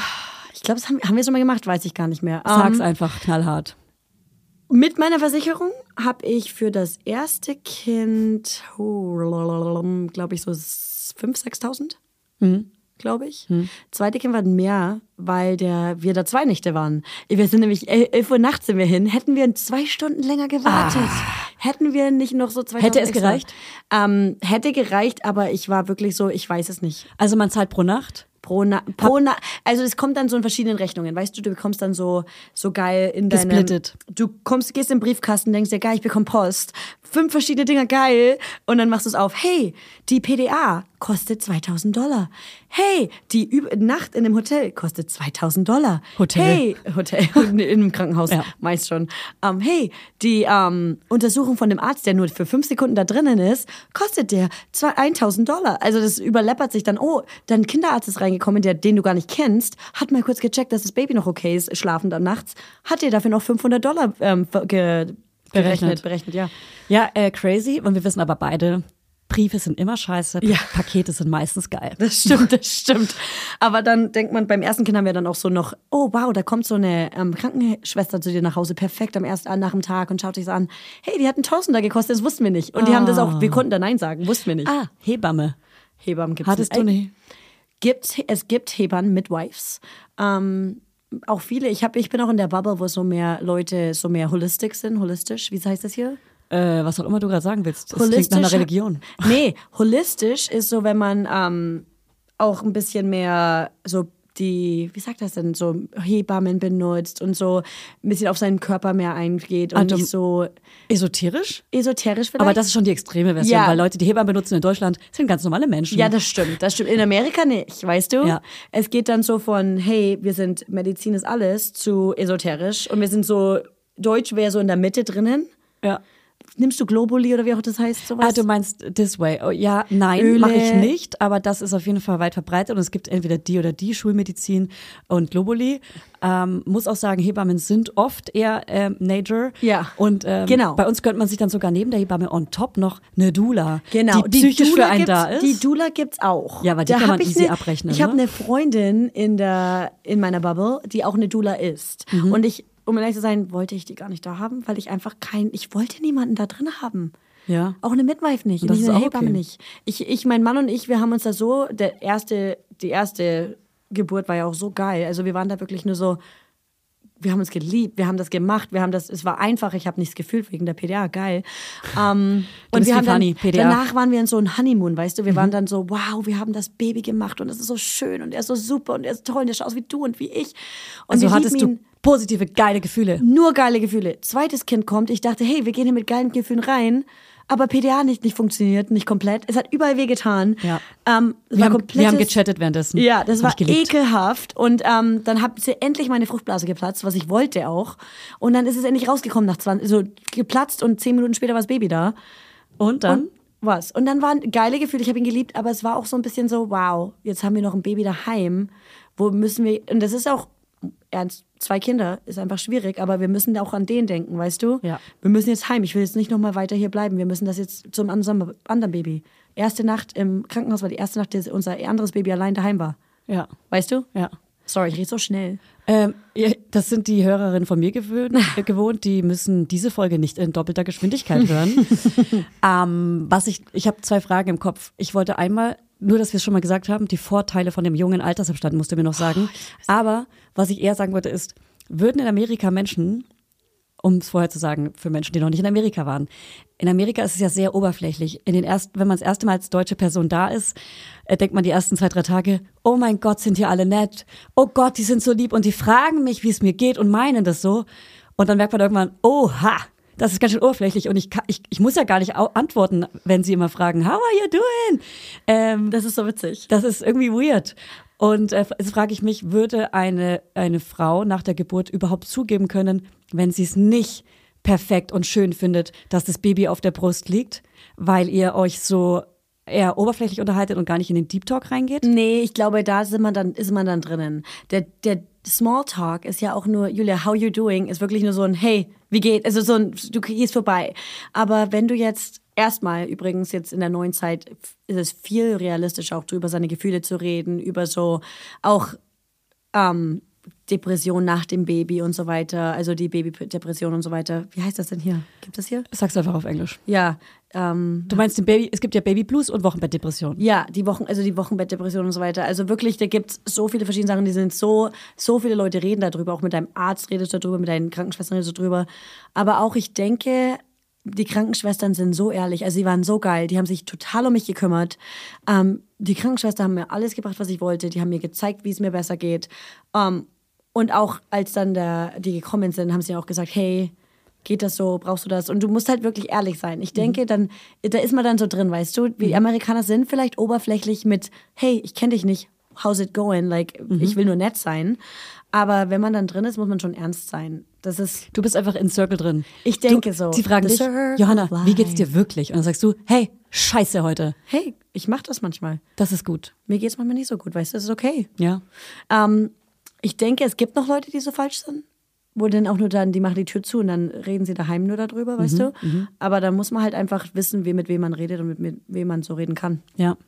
Ich glaube, das haben, haben wir schon mal gemacht, weiß ich gar nicht mehr. Sag's Ähm, einfach knallhart. mit meiner Versicherung habe ich für das erste Kind, glaube ich, so 5.000, 6.000, Mhm. glaube ich. Zweite Kind war mehr, weil der, wir da zwei Nächte waren. Wir sind nämlich el- 11 Uhr nachts sind wir hin. Hätten wir zwei Stunden länger gewartet, hätten wir nicht noch so zwei Hätte es gereicht? Ähm, hätte gereicht, aber ich war wirklich so, ich weiß es nicht. Also man zahlt pro Nacht. Pro, Na pro Na also es kommt dann so in verschiedenen Rechnungen, weißt du, du bekommst dann so so geil in deinem Gesplittet. Du kommst, gehst in den Briefkasten, denkst dir, geil, ich bekomme Post, fünf verschiedene Dinger, geil, und dann machst du es auf. Hey, die PDA kostet 2000 Dollar. Hey, die Üb Nacht in dem Hotel kostet 2000 Dollar. Hotel. Hey, Hotel <laughs> in einem Krankenhaus, Ja. meist schon. Ähm, hey, die ähm, Untersuchung von dem Arzt, der nur für fünf Sekunden da drinnen ist, kostet der zwei- 1000 Dollar. Also das überleppert sich dann. Oh, dein Kinderarzt ist reingekommen, der, den du gar nicht kennst, hat mal kurz gecheckt, dass das Baby noch okay ist, schlafen dann nachts, hat dir dafür noch 500 Dollar ähm, ver- ge Berechnet. berechnet. berechnet, ja. Ja, äh, crazy. Und wir wissen aber beide, Briefe sind immer scheiße, Ja. Pakete sind meistens geil. Das stimmt, das stimmt. Aber dann denkt man, beim ersten Kind haben wir dann auch so noch, oh wow, da kommt so eine ähm, Krankenschwester zu dir nach Hause, perfekt am ersten nach dem Tag und schaut dich so an. Hey, die hat einen Tausender gekostet, das wussten wir nicht. Und die haben das auch, wir konnten da Nein sagen, wussten wir nicht. Ah, Hebamme. Hebammen gibt's Äh, Hattest du nicht. eine? Gibt, es gibt Hebammen, Midwives. Ähm, auch viele, ich, hab, ich bin auch in der Bubble, wo so mehr Leute so mehr holistisch sind, holistisch, wie heißt das hier? Äh, was auch immer du gerade sagen willst. Das klingt nach einer Religion. <laughs> Nee, holistisch ist so, wenn man ähm, auch ein bisschen mehr so die, wie sagt das denn, so Hebammen benutzt und so ein bisschen auf seinen Körper mehr eingeht und Also- nicht so Esoterisch? esoterisch vielleicht. Aber das ist schon die extreme Version, Ja. weil Leute, die Hebammen benutzen in Deutschland, sind ganz normale Menschen. Ja, das stimmt, das stimmt. In Amerika nicht, weißt du? Ja. Es geht dann so von, hey, wir sind, Medizin ist alles, zu esoterisch und wir sind so, Deutsch wäre so in der Mitte drinnen. Ja. Nimmst du Globuli oder wie auch das heißt, sowas? Ah, du meinst this way. Oh, ja, nein, Öle. mache ich nicht, aber das ist auf jeden Fall weit verbreitet und es gibt entweder die oder die Schulmedizin und Globuli. Ähm, muss auch sagen, Hebammen sind oft eher ähm, Nature. Ja. Und ähm, Genau. bei uns könnte man sich dann sogar neben der Hebamme on top noch eine Doula, Genau, die psychisch Dula für einen da gibt's- ist. Die Dula gibt's auch. Ja, aber die kann hab man ich easy ne- abrechnen, Ich habe ne? eine Freundin in der in meiner Bubble, die auch eine Dula ist. Mhm. Und ich, um ehrlich zu sein, wollte ich die gar nicht da haben, weil ich einfach kein, ich wollte niemanden da drin haben. Ja. Auch eine Midwife nicht, Und das nicht ist eine auch Hebamme okay. nicht. Ich, ich, mein Mann und ich, wir haben uns da so, der erste, die erste Geburt war ja auch so geil. Also wir waren da wirklich nur so, wir haben uns geliebt, wir haben das gemacht, wir haben das, es war einfach, ich habe nichts gefühlt wegen der PDA, geil. <laughs> Ähm, Du bist wir wie haben dann, Fanny, PDA. danach waren wir in so einem Honeymoon, weißt du, wir Mhm. waren dann so, wow, wir haben das Baby gemacht und es ist so schön und er ist so super und er ist toll und er schaut aus wie du und wie ich. Und also wir lieben hattest du ihn. positive, geile Gefühle. Nur geile Gefühle. Zweites Kind kommt, ich dachte, hey, wir gehen hier mit geilen Gefühlen rein. Aber PDA nicht, nicht funktioniert, nicht komplett. Es hat überall wehgetan. Ja. Ähm, es Wir war haben, wir haben komplettes- gechattet währenddessen. ja, das Hab war ich geliebt. ekelhaft. Und ähm, dann hat sie endlich meine Fruchtblase geplatzt, was ich wollte auch. Und dann ist es endlich rausgekommen nach 20, so geplatzt und zehn Minuten später war das Baby da. Und dann? Und was? Und dann waren geile Gefühle, ich habe ihn geliebt, aber es war auch so ein bisschen so, wow, jetzt haben wir noch ein Baby daheim. Wo müssen wir, und das ist auch, ernst, zwei Kinder ist einfach schwierig, aber wir müssen auch an den denken, weißt du? Ja. Wir müssen jetzt heim, ich will jetzt nicht nochmal weiter hier bleiben, wir müssen das jetzt zum anderen anderen Baby. Erste Nacht im Krankenhaus war die erste Nacht, dass unser anderes Baby allein daheim war. ja. Weißt du? Ja. Sorry, ich rede so schnell. Ähm, ja, das sind die Hörerinnen von mir gewöhnt, äh, gewohnt. Die müssen diese Folge nicht in doppelter Geschwindigkeit hören. ähm, was ich, ich habe zwei Fragen im Kopf. Ich wollte einmal, nur dass wir es schon mal gesagt haben, die Vorteile von dem jungen Altersabstand musst du mir noch sagen. Aber was ich eher sagen wollte ist, würden in Amerika Menschen, um es vorher zu sagen, für Menschen, die noch nicht in Amerika waren, in Amerika ist es ja sehr oberflächlich. In den ersten, wenn man das erste Mal als deutsche Person da ist, äh, denkt man die ersten zwei, drei Tage, oh mein Gott, sind hier alle nett. Oh Gott, die sind so lieb und die fragen mich, wie es mir geht und meinen das so. Und dann merkt man irgendwann, oha, das ist ganz schön oberflächlich und ich, kann, ich, ich muss ja gar nicht au- antworten, wenn sie immer fragen, how are you doing? Ähm, Das ist so witzig. das ist irgendwie weird. Und äh, jetzt frage ich mich, würde eine, eine Frau nach der Geburt überhaupt zugeben können, wenn sie es nicht perfekt und schön findet, dass das Baby auf der Brust liegt, weil ihr euch so eher oberflächlich unterhaltet und gar nicht in den Deep Talk reingeht? Nee, ich glaube, da sind man dann, ist man dann drinnen. Der, der Smalltalk ist ja auch nur, Julia, how you doing? Ist wirklich nur so ein, hey, wie geht? Also so ein, du gehst vorbei. Aber wenn du jetzt erstmal, übrigens jetzt in der neuen Zeit, ist es viel realistischer, auch über seine Gefühle zu reden, über so auch ähm, Depression nach dem Baby und so weiter, also die Babydepression und so weiter. Wie heißt das denn hier? Gibt es hier? Das sagst du einfach auf Englisch. Ja, ähm, Du meinst, den Baby, es gibt ja Baby Blues und Wochenbettdepression. Ja, die Wochen, also die Wochenbettdepression und so weiter. Also wirklich, da gibt's so viele verschiedene Sachen, die sind so, so viele Leute reden darüber. Auch mit deinem Arzt redest du darüber, mit deinen Krankenschwestern redest du darüber. Aber auch ich denke, die Krankenschwestern sind so ehrlich. Also sie waren so geil, die haben sich total um mich gekümmert. Ähm, die Krankenschwestern haben mir alles gebracht, was ich wollte. Die haben mir gezeigt, wie es mir besser geht. Ähm, und auch als dann der, die gekommen sind, haben sie auch gesagt, hey, geht das so, brauchst du das? Und du musst halt wirklich ehrlich sein. Mhm. Ich denke, dann, da ist man dann so drin, weißt du? Wie Amerikaner sind vielleicht oberflächlich mit, hey, ich kenne dich nicht, how's it going? Like, Mhm. ich will nur nett sein. Aber wenn man dann drin ist, muss man schon ernst sein. Das ist, Du bist einfach in Circle drin. Ich denke so. Sie fragen The dich, circle Johanna, of wie geht's dir wirklich? Und dann sagst du, hey, scheiße heute. hey, ich mache das manchmal. Das ist gut. Mir geht's manchmal nicht so gut, weißt du? Das ist okay. Ja. Ähm, ich denke, es gibt noch Leute, die so falsch sind. Wo dann auch nur dann, die machen die Tür zu und dann reden sie daheim nur darüber, weißt du? Aber dann muss man halt einfach wissen, wie, mit wem man redet und mit, mit wem man so reden kann. Ja.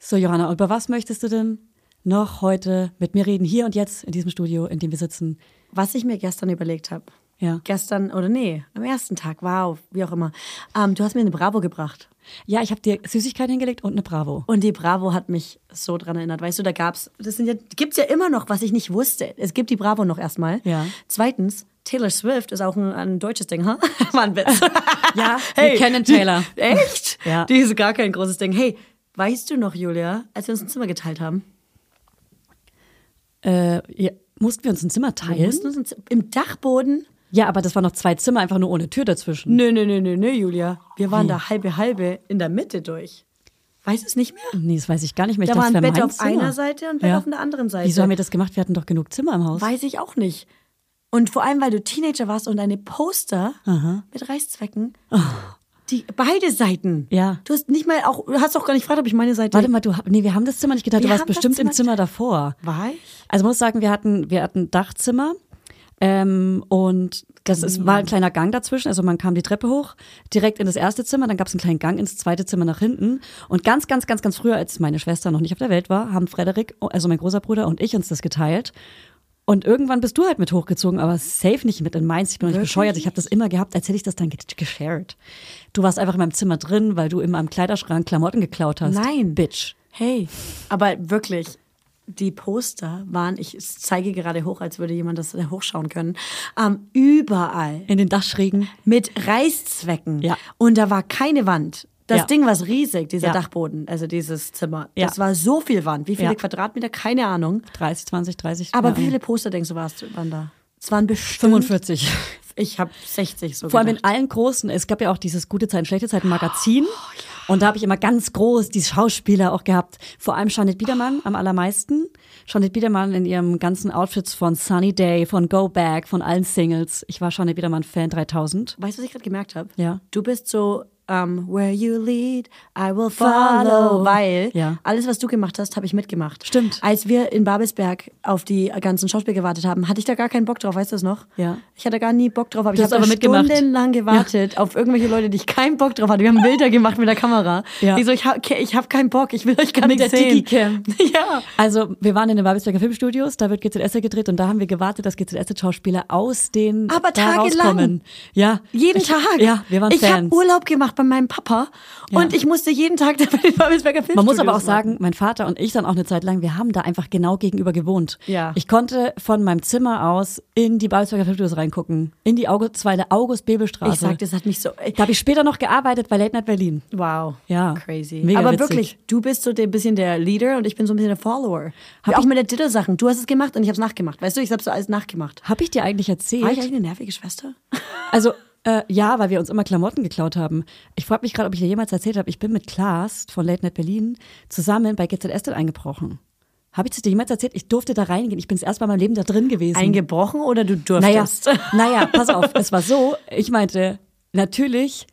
So, Johanna, über was möchtest du denn noch heute mit mir reden, hier und jetzt in diesem Studio, in dem wir sitzen? Was ich mir gestern überlegt habe, Ja. Gestern, oder nee, am ersten Tag, wow, wie auch immer. Ähm, du hast mir eine Bravo gebracht. Ja, ich habe dir Süßigkeit hingelegt und eine Bravo. Und die Bravo hat mich so dran erinnert. Weißt du, da gab's, das sind ja, gibt's ja immer noch, was ich nicht wusste. Es gibt die Bravo noch erstmal. Ja. Zweitens, Taylor Swift ist auch ein, ein deutsches Ding, ha? <laughs> War ein Witz. <laughs> Ja, wir kennen Taylor. Die, echt? <laughs> Ja. Die ist gar kein großes Ding. Hey, weißt du noch, Julia, als wir uns ein Zimmer geteilt haben? Äh, ja, mussten wir uns ein Zimmer Wir teilen? mussten uns ein Zi- im Dachboden? Ja, aber das waren noch zwei Zimmer, einfach nur ohne Tür dazwischen. Nö, nö, nö, nö, nö, Julia. Wir waren da halbe, halbe in der Mitte durch. Weißt du es nicht mehr? Nee, das weiß ich gar nicht mehr. Ich Da dachte, war ein es wäre Bett mein auf Zimmer. einer Seite und ein Bett auf der anderen Seite. Wieso haben wir das gemacht? Wir hatten doch genug Zimmer im Haus. Weiß ich auch nicht. Und vor allem, weil du Teenager warst und deine Poster mit Reißzwecken, die beide Seiten. Oh. Ja. Du hast nicht mal auch, du hast auch gar nicht gefragt, ob ich meine Seite. Warte mal, du, nee, wir haben das Zimmer nicht geteilt. Du Wir warst haben das bestimmt im Zimmer Zimmer davor. War ich? Also ich muss sagen, wir hatten, wir hatten Dachzimmer ähm, und das ist, war Mhm. ein kleiner Gang dazwischen. Also man kam die Treppe hoch, direkt in das erste Zimmer, dann gab es einen kleinen Gang ins zweite Zimmer nach hinten. Und ganz, ganz, ganz, ganz früher, als meine Schwester noch nicht auf der Welt war, haben Frederik, also mein großer Bruder und ich uns das geteilt. Und irgendwann bist du halt mit hochgezogen, aber safe nicht mit in Mainz. Ich bin nicht Wirklich bescheuert. Ich habe das immer gehabt, als hätte ich das dann ge- geshared. Du warst einfach in meinem Zimmer drin, weil du immer im Kleiderschrank Klamotten geklaut hast. Nein. Bitch. Hey. Aber wirklich, die Poster waren, ich zeige gerade hoch, als würde jemand das hochschauen können, ähm, überall. In den Dachschrägen. mit Reißzwecken. Ja. Und da war keine Wand. Das Ja. Ding war riesig, dieser Ja. Dachboden, also dieses Zimmer. Ja. Das war so viel Wand. Wie viele Ja. Quadratmeter? Keine Ahnung. 30, 20, 30. Aber keine wie Ahnung. viele Poster denkst du warst waren da? Es waren bestimmt. 45. Ich habe 60 so Vor allem in gedacht. allen großen, es gab ja auch dieses gute Zeiten, schlechte Zeiten Magazin. Oh, Und da habe ich immer ganz groß die Schauspieler auch gehabt. Vor allem Janet Biedermann am allermeisten. Janet Biedermann in ihrem ganzen Outfits von Sunny Day, von Go Back, von allen Singles. Ich war Janet Biedermann Fan 3000. Weißt du, was ich gerade gemerkt habe? Ja. Du bist so ähm, where you lead, I will follow, weil Ja. alles, was du gemacht hast, habe ich mitgemacht. Stimmt. Als wir in Babelsberg auf die ganzen Schauspieler gewartet haben, hatte ich da gar keinen Bock drauf, weißt du das noch? Ja. Ich hatte gar nie Bock drauf, aber Du ich hast habe aber mitgemacht. stundenlang gewartet auf irgendwelche Leute, die ich keinen Bock drauf hatte. Wir haben Bilder gemacht mit der Kamera. Ja. Ich so, ich habe ich hab keinen Bock, ich will euch gar Mit nicht der sehen. Digicam. <laughs> Ja. Also, wir waren in den Babelsberger Filmstudios, da wird GZS gedreht und da haben wir gewartet, dass GZS-Schauspieler aus den Aber da tagelang. rauskommen. Ja. Jeden ich, Tag. Ja, wir waren ich Fans. habe Urlaub gemacht bei meinem Papa und ich musste jeden Tag <laughs> da bei den Babelsberger Filmstudios Man muss aber auch warten. sagen, mein Vater und ich dann auch eine Zeit lang, wir haben da einfach genau gegenüber gewohnt. Ja. Ich konnte von meinem Zimmer aus in die Babelsberger Filmstudios reingucken, in die August-Zweile August-Bebel-Straße. Ich sag, das hat mich so. äh, Da habe ich später noch gearbeitet bei Late Night Berlin. Wow. Ja. Crazy. Mega Aber witzig. wirklich, du bist so ein bisschen der Leader und ich bin so ein bisschen der Follower. Hab auch ich- mit der Diddle-Sachen. Du hast es gemacht und ich habe es nachgemacht. Weißt du, ich habe so alles nachgemacht. Habe ich dir eigentlich War ich erzählt? eigentlich eine nervige Schwester? Also, äh, ja, weil wir uns immer Klamotten geklaut haben. Ich frage mich gerade, ob ich dir jemals erzählt habe, ich bin mit Klaas von Late Night Berlin zusammen bei GZS dann eingebrochen. Habe ich das dir jemals erzählt? Ich durfte da reingehen. Ich bin das erste Mal in meinem Leben da drin gewesen. Eingebrochen oder du Naja, <laughs> durftest? naja, pass auf, es war so, ich meinte, natürlich,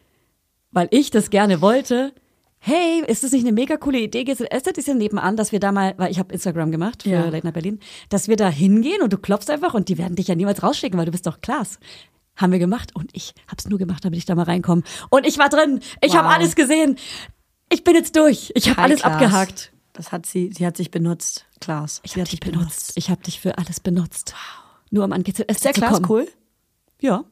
weil ich das gerne wollte, hey, ist das nicht eine mega coole Idee? GZS ist ja nebenan, dass wir da mal, weil ich habe Instagram gemacht für Ja. Late Night Berlin, dass wir da hingehen und du klopfst einfach und die werden dich ja niemals rausschicken, weil du bist doch Klaas. Haben wir gemacht und ich habe es nur gemacht, damit ich da mal reinkomme. Und ich war drin, ich habe Wow. alles gesehen. Ich bin jetzt durch, ich habe Hi, alles Klaas. abgehakt. Das hat sie, sie hat sich benutzt, Klaas. Ich Sie habe hat dich benutzt. ich habe dich für alles benutzt. Nur um an GZS Ist der zu Klaas kommen. cool? Ja.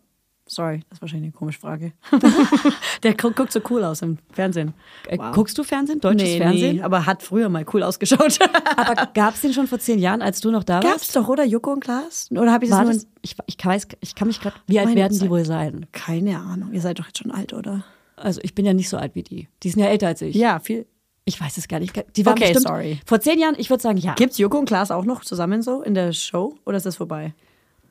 Sorry, das ist wahrscheinlich eine komische Frage. <laughs> der gu- guckt so cool aus im Fernsehen. Äh, Guckst du Fernsehen, deutsches Nee, Fernsehen? nee, aber hat früher mal cool ausgeschaut. <laughs> Aber gab's den schon vor zehn Jahren, als du noch da warst? Gab's doch, oder? Joko und Klaas? Oder habe ich das War nur... das, ich, ich, weiß, ich kann mich gerade. Wie alt Meine werden die Zeit. wohl sein? Keine Ahnung. Ihr seid doch jetzt schon alt, oder? Also ich bin ja nicht so alt wie die. Die sind ja älter als ich. Ja, viel. Ich weiß es gar nicht. Die waren Okay, bestimmt sorry. vor zehn Jahren. Ich würde sagen ja. Gibt's Joko und Klaas auch noch zusammen so in der Show oder ist das vorbei?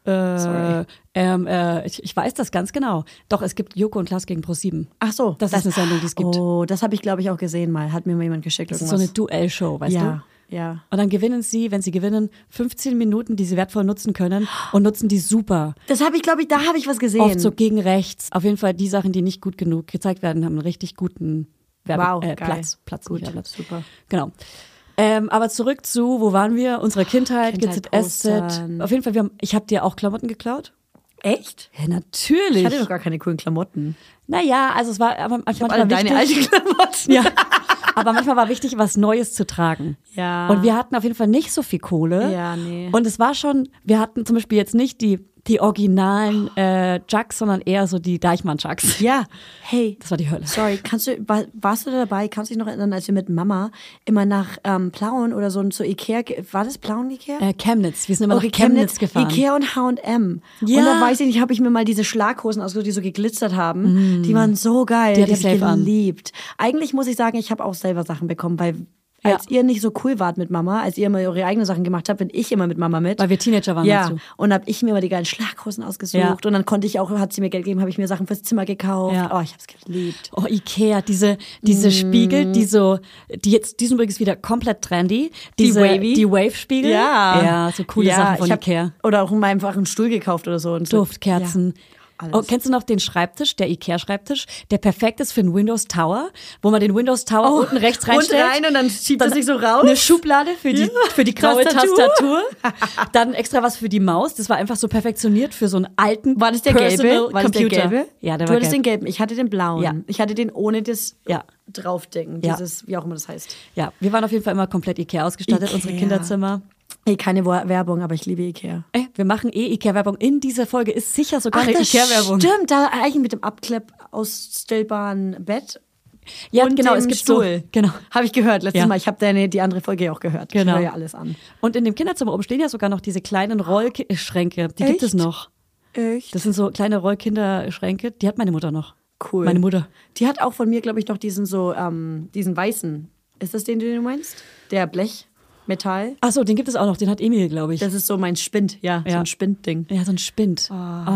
äh, ähm, äh, ich, ich weiß das ganz genau. Doch es gibt Joko und Klaas gegen Pro 7. Ach so, Das ist eine Sendung, die es gibt. Oh, das habe ich glaube ich auch gesehen mal. Hat mir mal jemand geschickt Das ist so irgendwas. eine Duellshow, weißt ja, du? ja. Und dann gewinnen sie, wenn sie gewinnen, 15 Minuten, die sie wertvoll nutzen können und nutzen die super. Das habe ich glaube ich, da habe ich was gesehen. Oft so gegen rechts. Auf jeden Fall die Sachen, die nicht gut genug gezeigt werden, haben einen richtig guten Werbe Wow, äh, geil. Platz. Platz, Gut, nicht Werbeplatz. super. Genau. Ähm, aber zurück zu, wo waren wir? Unsere Kindheit, GZSZ. Kindheit, Postern. Auf jeden Fall, wir haben, ich habe dir auch Klamotten geklaut. Echt? Ja, natürlich. Ich hatte doch gar keine coolen Klamotten. naja, also es war aber manchmal Alle wichtig. deine alten Klamotten. ja. <laughs> Aber manchmal war wichtig, was Neues zu tragen. Ja. Und wir hatten auf jeden Fall nicht so viel Kohle. Ja, nee. Und es war schon, wir hatten zum Beispiel jetzt nicht die die Oh. originalen äh, Jugs, sondern eher so die Deichmann-Jugs. Ja, hey. Das war die Hölle. Sorry, kannst du, wa- warst du da dabei? Kannst du dich noch erinnern, als wir mit Mama immer nach ähm, Plauen oder so zu Ikea, ge- war das Plauen Ikea? Äh, Chemnitz, wir sind immer nach Okay, Chemnitz, gefahren. Ikea und H&M. Ja. Und da weiß ich nicht, habe ich mir mal diese Schlaghosen ausgesucht, die so geglitzert haben. Die waren so geil. Mm. Die hatte ich habe ich safe an. geliebt. Eigentlich muss ich sagen, ich habe auch selber Sachen bekommen, weil als ihr nicht so cool wart mit Mama, als ihr immer eure eigenen Sachen gemacht habt, bin ich immer mit Mama mit. Weil wir Teenager waren, Ja, meinst und habe ich mir immer die geilen Schlaghosen ausgesucht. Ja. Und dann konnte ich auch, hat sie mir Geld gegeben, habe ich mir Sachen fürs Zimmer gekauft. Ja. Oh, ich habe es geliebt. Oh, Ikea, diese, diese Mm. Spiegel, die so, die jetzt, die sind übrigens wieder komplett trendy. Diese, wavy? Die Wave-Spiegel. Ja, so coole Ja, Sachen von ich hab- Ikea. Oder auch mal einfach einen Stuhl gekauft oder so. und so. Duftkerzen. alles. Oh, kennst du noch den Schreibtisch, der Ikea-Schreibtisch, der perfekt ist für einen Windows Tower, wo man den Windows Tower unten rechts und reinstellt. Oh, rein und dann schiebt das nicht so raus? Eine Schublade für die, für die graue Tastatur. Tastatur. <laughs> Dann extra was für die Maus. Das war einfach so perfektioniert für so einen alten War das der Personal gelbe? War das der Computer. gelbe? Ja, der du war hattest gelb. den gelben, ich hatte den blauen. Ja. Ich hatte den ohne das Ja. draufdecken, Ja. dieses, wie auch immer das heißt. Ja, wir waren auf jeden Fall immer komplett Ikea ausgestattet, unsere Ikea. Kinderzimmer. Ey, keine Wo- Werbung, aber ich liebe Ikea. Ey, wir machen eh Ikea-Werbung. In dieser Folge ist sicher sogar eine Ikea-Werbung. stimmt, da eigentlich mit dem Abklepp ausstellbaren Bett. Ja, und genau, dem es gibt Stuhl. so. Genau. Habe ich gehört letztes Ja. Mal. Ich habe deine, die andere Folge ja auch gehört. Genau. Ich höre ja alles an. Und in dem Kinderzimmer oben stehen ja sogar noch diese kleinen Rollschränke. Die gibt Echt? es noch. Echt? Das sind so kleine Rollkinderschränke. Die hat meine Mutter noch. Cool. Meine Mutter. Die hat auch von mir, glaube ich, noch diesen so, ähm, diesen weißen. Ist das den, den du meinst? Der Blech, Metall. Achso, den gibt es auch noch. Den hat Emil, glaube ich. Das ist so mein Spind, ja, so Ja. ein Spindding. ja, so ein Spind. Oh,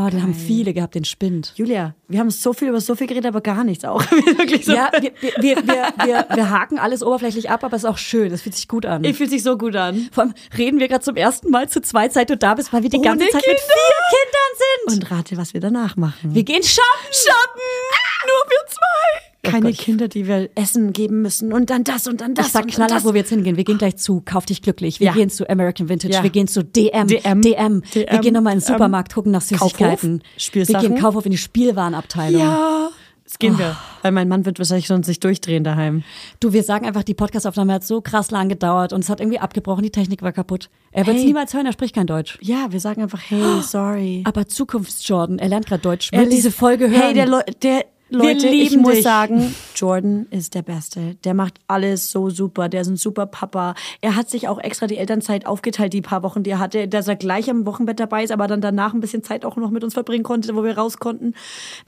den haben viele gehabt, den Spind. Julia, wir haben so viel über so viel geredet, aber gar nichts auch. <laughs> Wirklich so. Ja, wir, wir, wir, wir, wir, wir haken alles oberflächlich ab, aber es ist auch schön. Es fühlt sich gut an. Ey, fühlt sich so gut an. Vor allem reden wir gerade zum ersten Mal zu zweit, seit du da bist, weil wir die Ohne ganze Zeit mit Kinder. vier Kindern sind. Und rate, was wir danach machen. wir gehen shoppen. Shoppen. Oh Nur wir zwei. Keine Kinder, die wir Essen geben müssen und dann das und dann das. Ich sag und dann knaller, das. wo wir jetzt hingehen. Wir gehen gleich zu Kauf dich glücklich. Wir Ja. gehen zu American Vintage. Ja. Wir gehen zu DM. DM. DM. Wir DM, gehen nochmal in den Supermarkt, gucken nach Süßigkeiten. Spielsachen. Wir gehen Kaufhof in die Spielwarenabteilung. Ja. Das gehen wir. Oh. Weil mein Mann wird wahrscheinlich sonst nicht durchdrehen daheim. Du, wir sagen einfach, die Podcastaufnahme hat so krass lang gedauert und es hat irgendwie abgebrochen. Die Technik war kaputt. Er wird es Hey. niemals hören, er spricht kein Deutsch. Ja, wir sagen einfach, <gasps> hey, sorry. Aber Zukunfts-Jordan, er lernt gerade Deutsch, wird diese Folge hören. Hey, der, Leu der Leute, ich lieben muss dich. sagen, Jordan ist der Beste. Der macht alles so super. Der ist ein super Papa. Er hat sich auch extra die Elternzeit aufgeteilt, die paar Wochen, die er hatte, dass er gleich am Wochenbett dabei ist, aber dann danach ein bisschen Zeit auch noch mit uns verbringen konnte, wo wir raus konnten.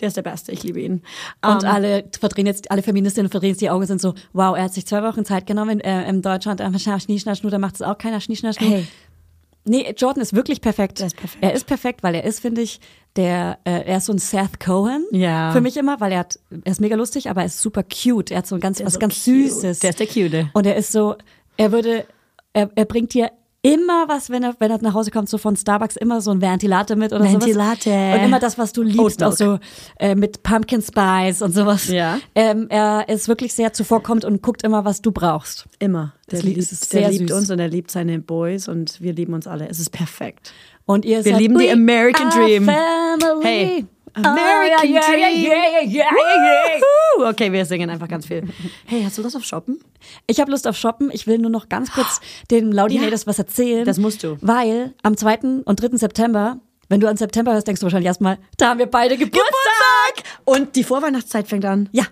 Der ist der Beste. Ich liebe ihn. und Ähm. alle verdrehen jetzt, alle Feministinnen verdrehen jetzt die Augen, sind so, wow, er hat sich zwei Wochen Zeit genommen äh, in Deutschland, einfach schna- Schnie, Schna, Schnu, da macht es auch keiner, Schnie, Schna, Schnu. Hey. Nee, Jordan ist wirklich perfekt. Der ist perfekt. Er ist perfekt, weil er ist, finde ich, der, äh, er ist so ein Seth Cohen. Ja. Für mich immer, weil er hat, er ist mega lustig, aber er ist super cute. Er hat so ein ganz, was so ganz cute. Süßes. Der ist der Cute. Und er ist so, er würde, er, er bringt dir immer was, wenn er, wenn er nach Hause kommt, so von Starbucks immer so ein Ventilatte mit oder sowas. Venti Latte. Und immer das, was du liebst, Oat auch so äh, mit Pumpkin Spice und sowas. Ja. Ähm, er ist wirklich sehr zuvorkommt und guckt immer, was du brauchst. Immer. Das Der, Lied liebt, ist sehr der liebt süß. uns und er liebt seine Boys und wir lieben uns alle. Es ist perfekt. Und ihr Wir seid, lieben die "We American are Dream." Family. Hey, Oh, American yeah, yeah, Dream. Yeah, yeah, yeah, yeah, yeah. Wuhu! Okay, wir singen einfach ganz viel. Hey, hast du Lust auf Shoppen? Ich habe Lust auf Shoppen. Ich will nur noch ganz kurz den Laudinators was erzählen. Das musst du. Weil am 2. und 3. September, wenn du an September hörst, denkst du wahrscheinlich erstmal, da haben wir beide Geburtstag. Geburtstag! Und die Vorweihnachtszeit fängt an. Ja.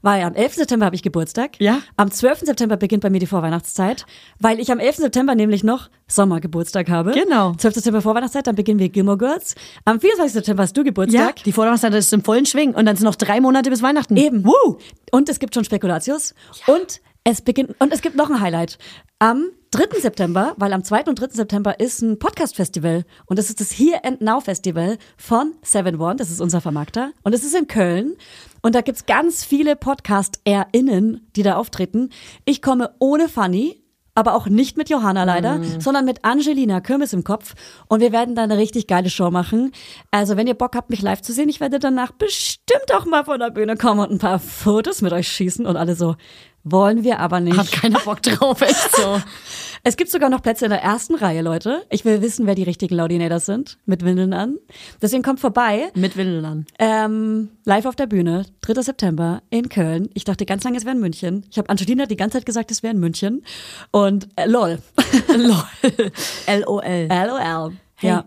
Weil am 11. September habe ich Geburtstag. Ja. Am 12. September beginnt bei mir die Vorweihnachtszeit, weil ich am 11. September nämlich noch Sommergeburtstag habe. Genau. 12. September Vorweihnachtszeit, dann beginnen wir Gilmore Girls. Am 24. September hast du Geburtstag. Die Vorweihnachtszeit ist im vollen Schwing und dann sind noch drei Monate bis Weihnachten. Eben. Woo. Und es gibt schon Spekulatius. Und es beginnt, und es gibt noch ein Highlight. Am 3. September, weil am 2. und 3. September ist ein Podcast-Festival. Und das ist das Here and Now Festival von Seven One. Das ist unser Vermarkter. Und es ist in Köln. Und da gibt's ganz viele Podcast-ErInnen, die da auftreten. Ich komme ohne Fanny. Aber auch nicht mit Johanna leider, sondern mit Angelina Kirmes im Kopf. Und wir werden da eine richtig geile Show machen. Also wenn ihr Bock habt, mich live zu sehen, ich werde danach bestimmt auch mal von der Bühne kommen und ein paar Fotos mit euch schießen und alle so. Wollen wir aber nicht. Hat keiner Bock drauf, echt <laughs> so. Es gibt sogar noch Plätze in der ersten Reihe, Leute. Ich will wissen, wer die richtigen Laudinators sind. Mit Windeln an. Deswegen kommt vorbei. Mit Windeln an. Ähm, live auf der Bühne, 3. September in Köln. Ich dachte ganz lange, es wäre in München. Ich habe Angelina die ganze Zeit gesagt, es wäre in München. <laughs> Und äh, lol. <laughs> LOL. LOL. LOL. Ja.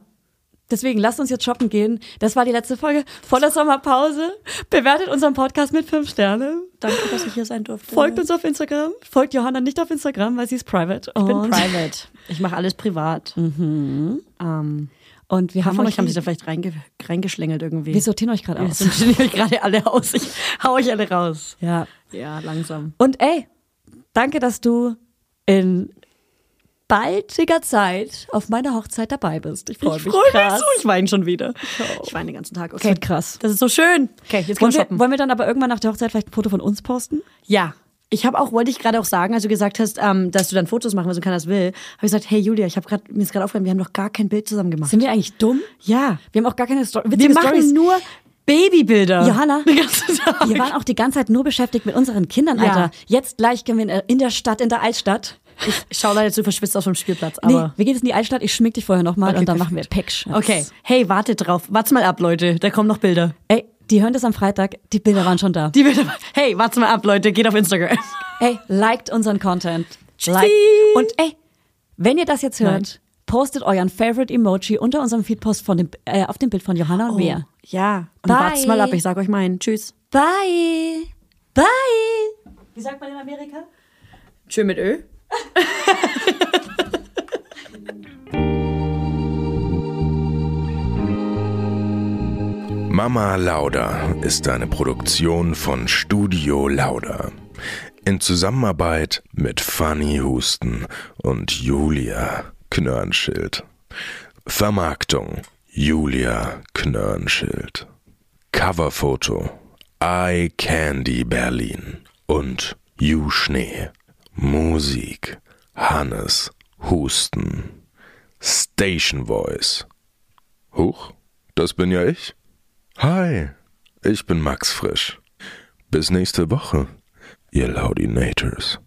Deswegen lasst uns jetzt shoppen gehen. Das war die letzte Folge vor der Sommerpause. Bewertet unseren Podcast mit fünf Sterne. Danke, dass ich hier sein durfte. Folgt uns auf Instagram. Folgt Johanna nicht auf Instagram, weil sie ist private. Ich bin Und- private. Ich mache alles privat. Mhm. Ähm, Und wir haben von euch, euch haben sich da vielleicht reinge reingeschlängelt irgendwie. wir sortieren euch gerade Wir aus. sortieren euch gerade alle aus. Ich hau euch alle raus. Ja. Ja, langsam. Und ey, danke, dass du in baldiger Zeit auf meiner Hochzeit dabei bist. Ich freue mich. freu krass. so. Ich weine schon wieder. Ich weine den ganzen Tag. Okay. wird krass. Das ist so schön. Okay, Wollen jetzt wollen wir, shoppen. wollen wir dann aber irgendwann nach der Hochzeit vielleicht ein Foto von uns posten? ja. Ich habe auch, wollte ich gerade auch sagen, als du gesagt hast, ähm, dass du dann Fotos machen willst und keiner das will, habe ich gesagt, hey Julia, ich habe gerade, mir ist gerade aufgefallen, wir haben noch gar kein Bild zusammen gemacht. Sind wir eigentlich dumm? ja. Wir haben auch gar keine Sto Wir witzige machen Stories. nur Babybilder. <laughs> Johanna, Den ganzen Tag. Wir waren auch die ganze Zeit nur beschäftigt mit unseren Kindern, Ja. Alter. Jetzt gleich gehen wir in, in der Stadt, in der Altstadt. Ich schau leider zu verschwitzt aus dem Spielplatz, <laughs> Nee, aber. wir gehen jetzt in die Altstadt, ich schmink dich vorher nochmal Okay, und dann perfekt. machen wir Päckchen. Okay, hey, wartet drauf. Wart's mal ab, Leute. Da kommen noch Bilder. Ey, die hören das am Freitag, die Bilder waren schon da. Die Bilder. <laughs> Hey, wart's mal ab, Leute. Geht auf Instagram. Ey, liked unseren Content. Tschüssi. Und ey, wenn ihr das jetzt hört, postet euren Favorite Emoji unter unserem Feedpost von dem, äh, auf dem Bild von Johanna und mir. Ja. Und Bye. wart's mal ab. Ich sag euch meinen. Tschüss. Bye. Bye. Wie sagt man in Amerika? Schön mit Ö. Mama Lauda ist eine Produktion von Studio Lauda. In Zusammenarbeit mit Fanny Husten und Julia Knörnschild. Vermarktung Julia Knörnschild. Coverfoto Eye Candy Berlin und You Schnee. Musik Hannes Husten. Station Voice. Huch, das bin ja ich. Hi, ich bin Max Frisch. Bis nächste Woche, ihr Laudinators.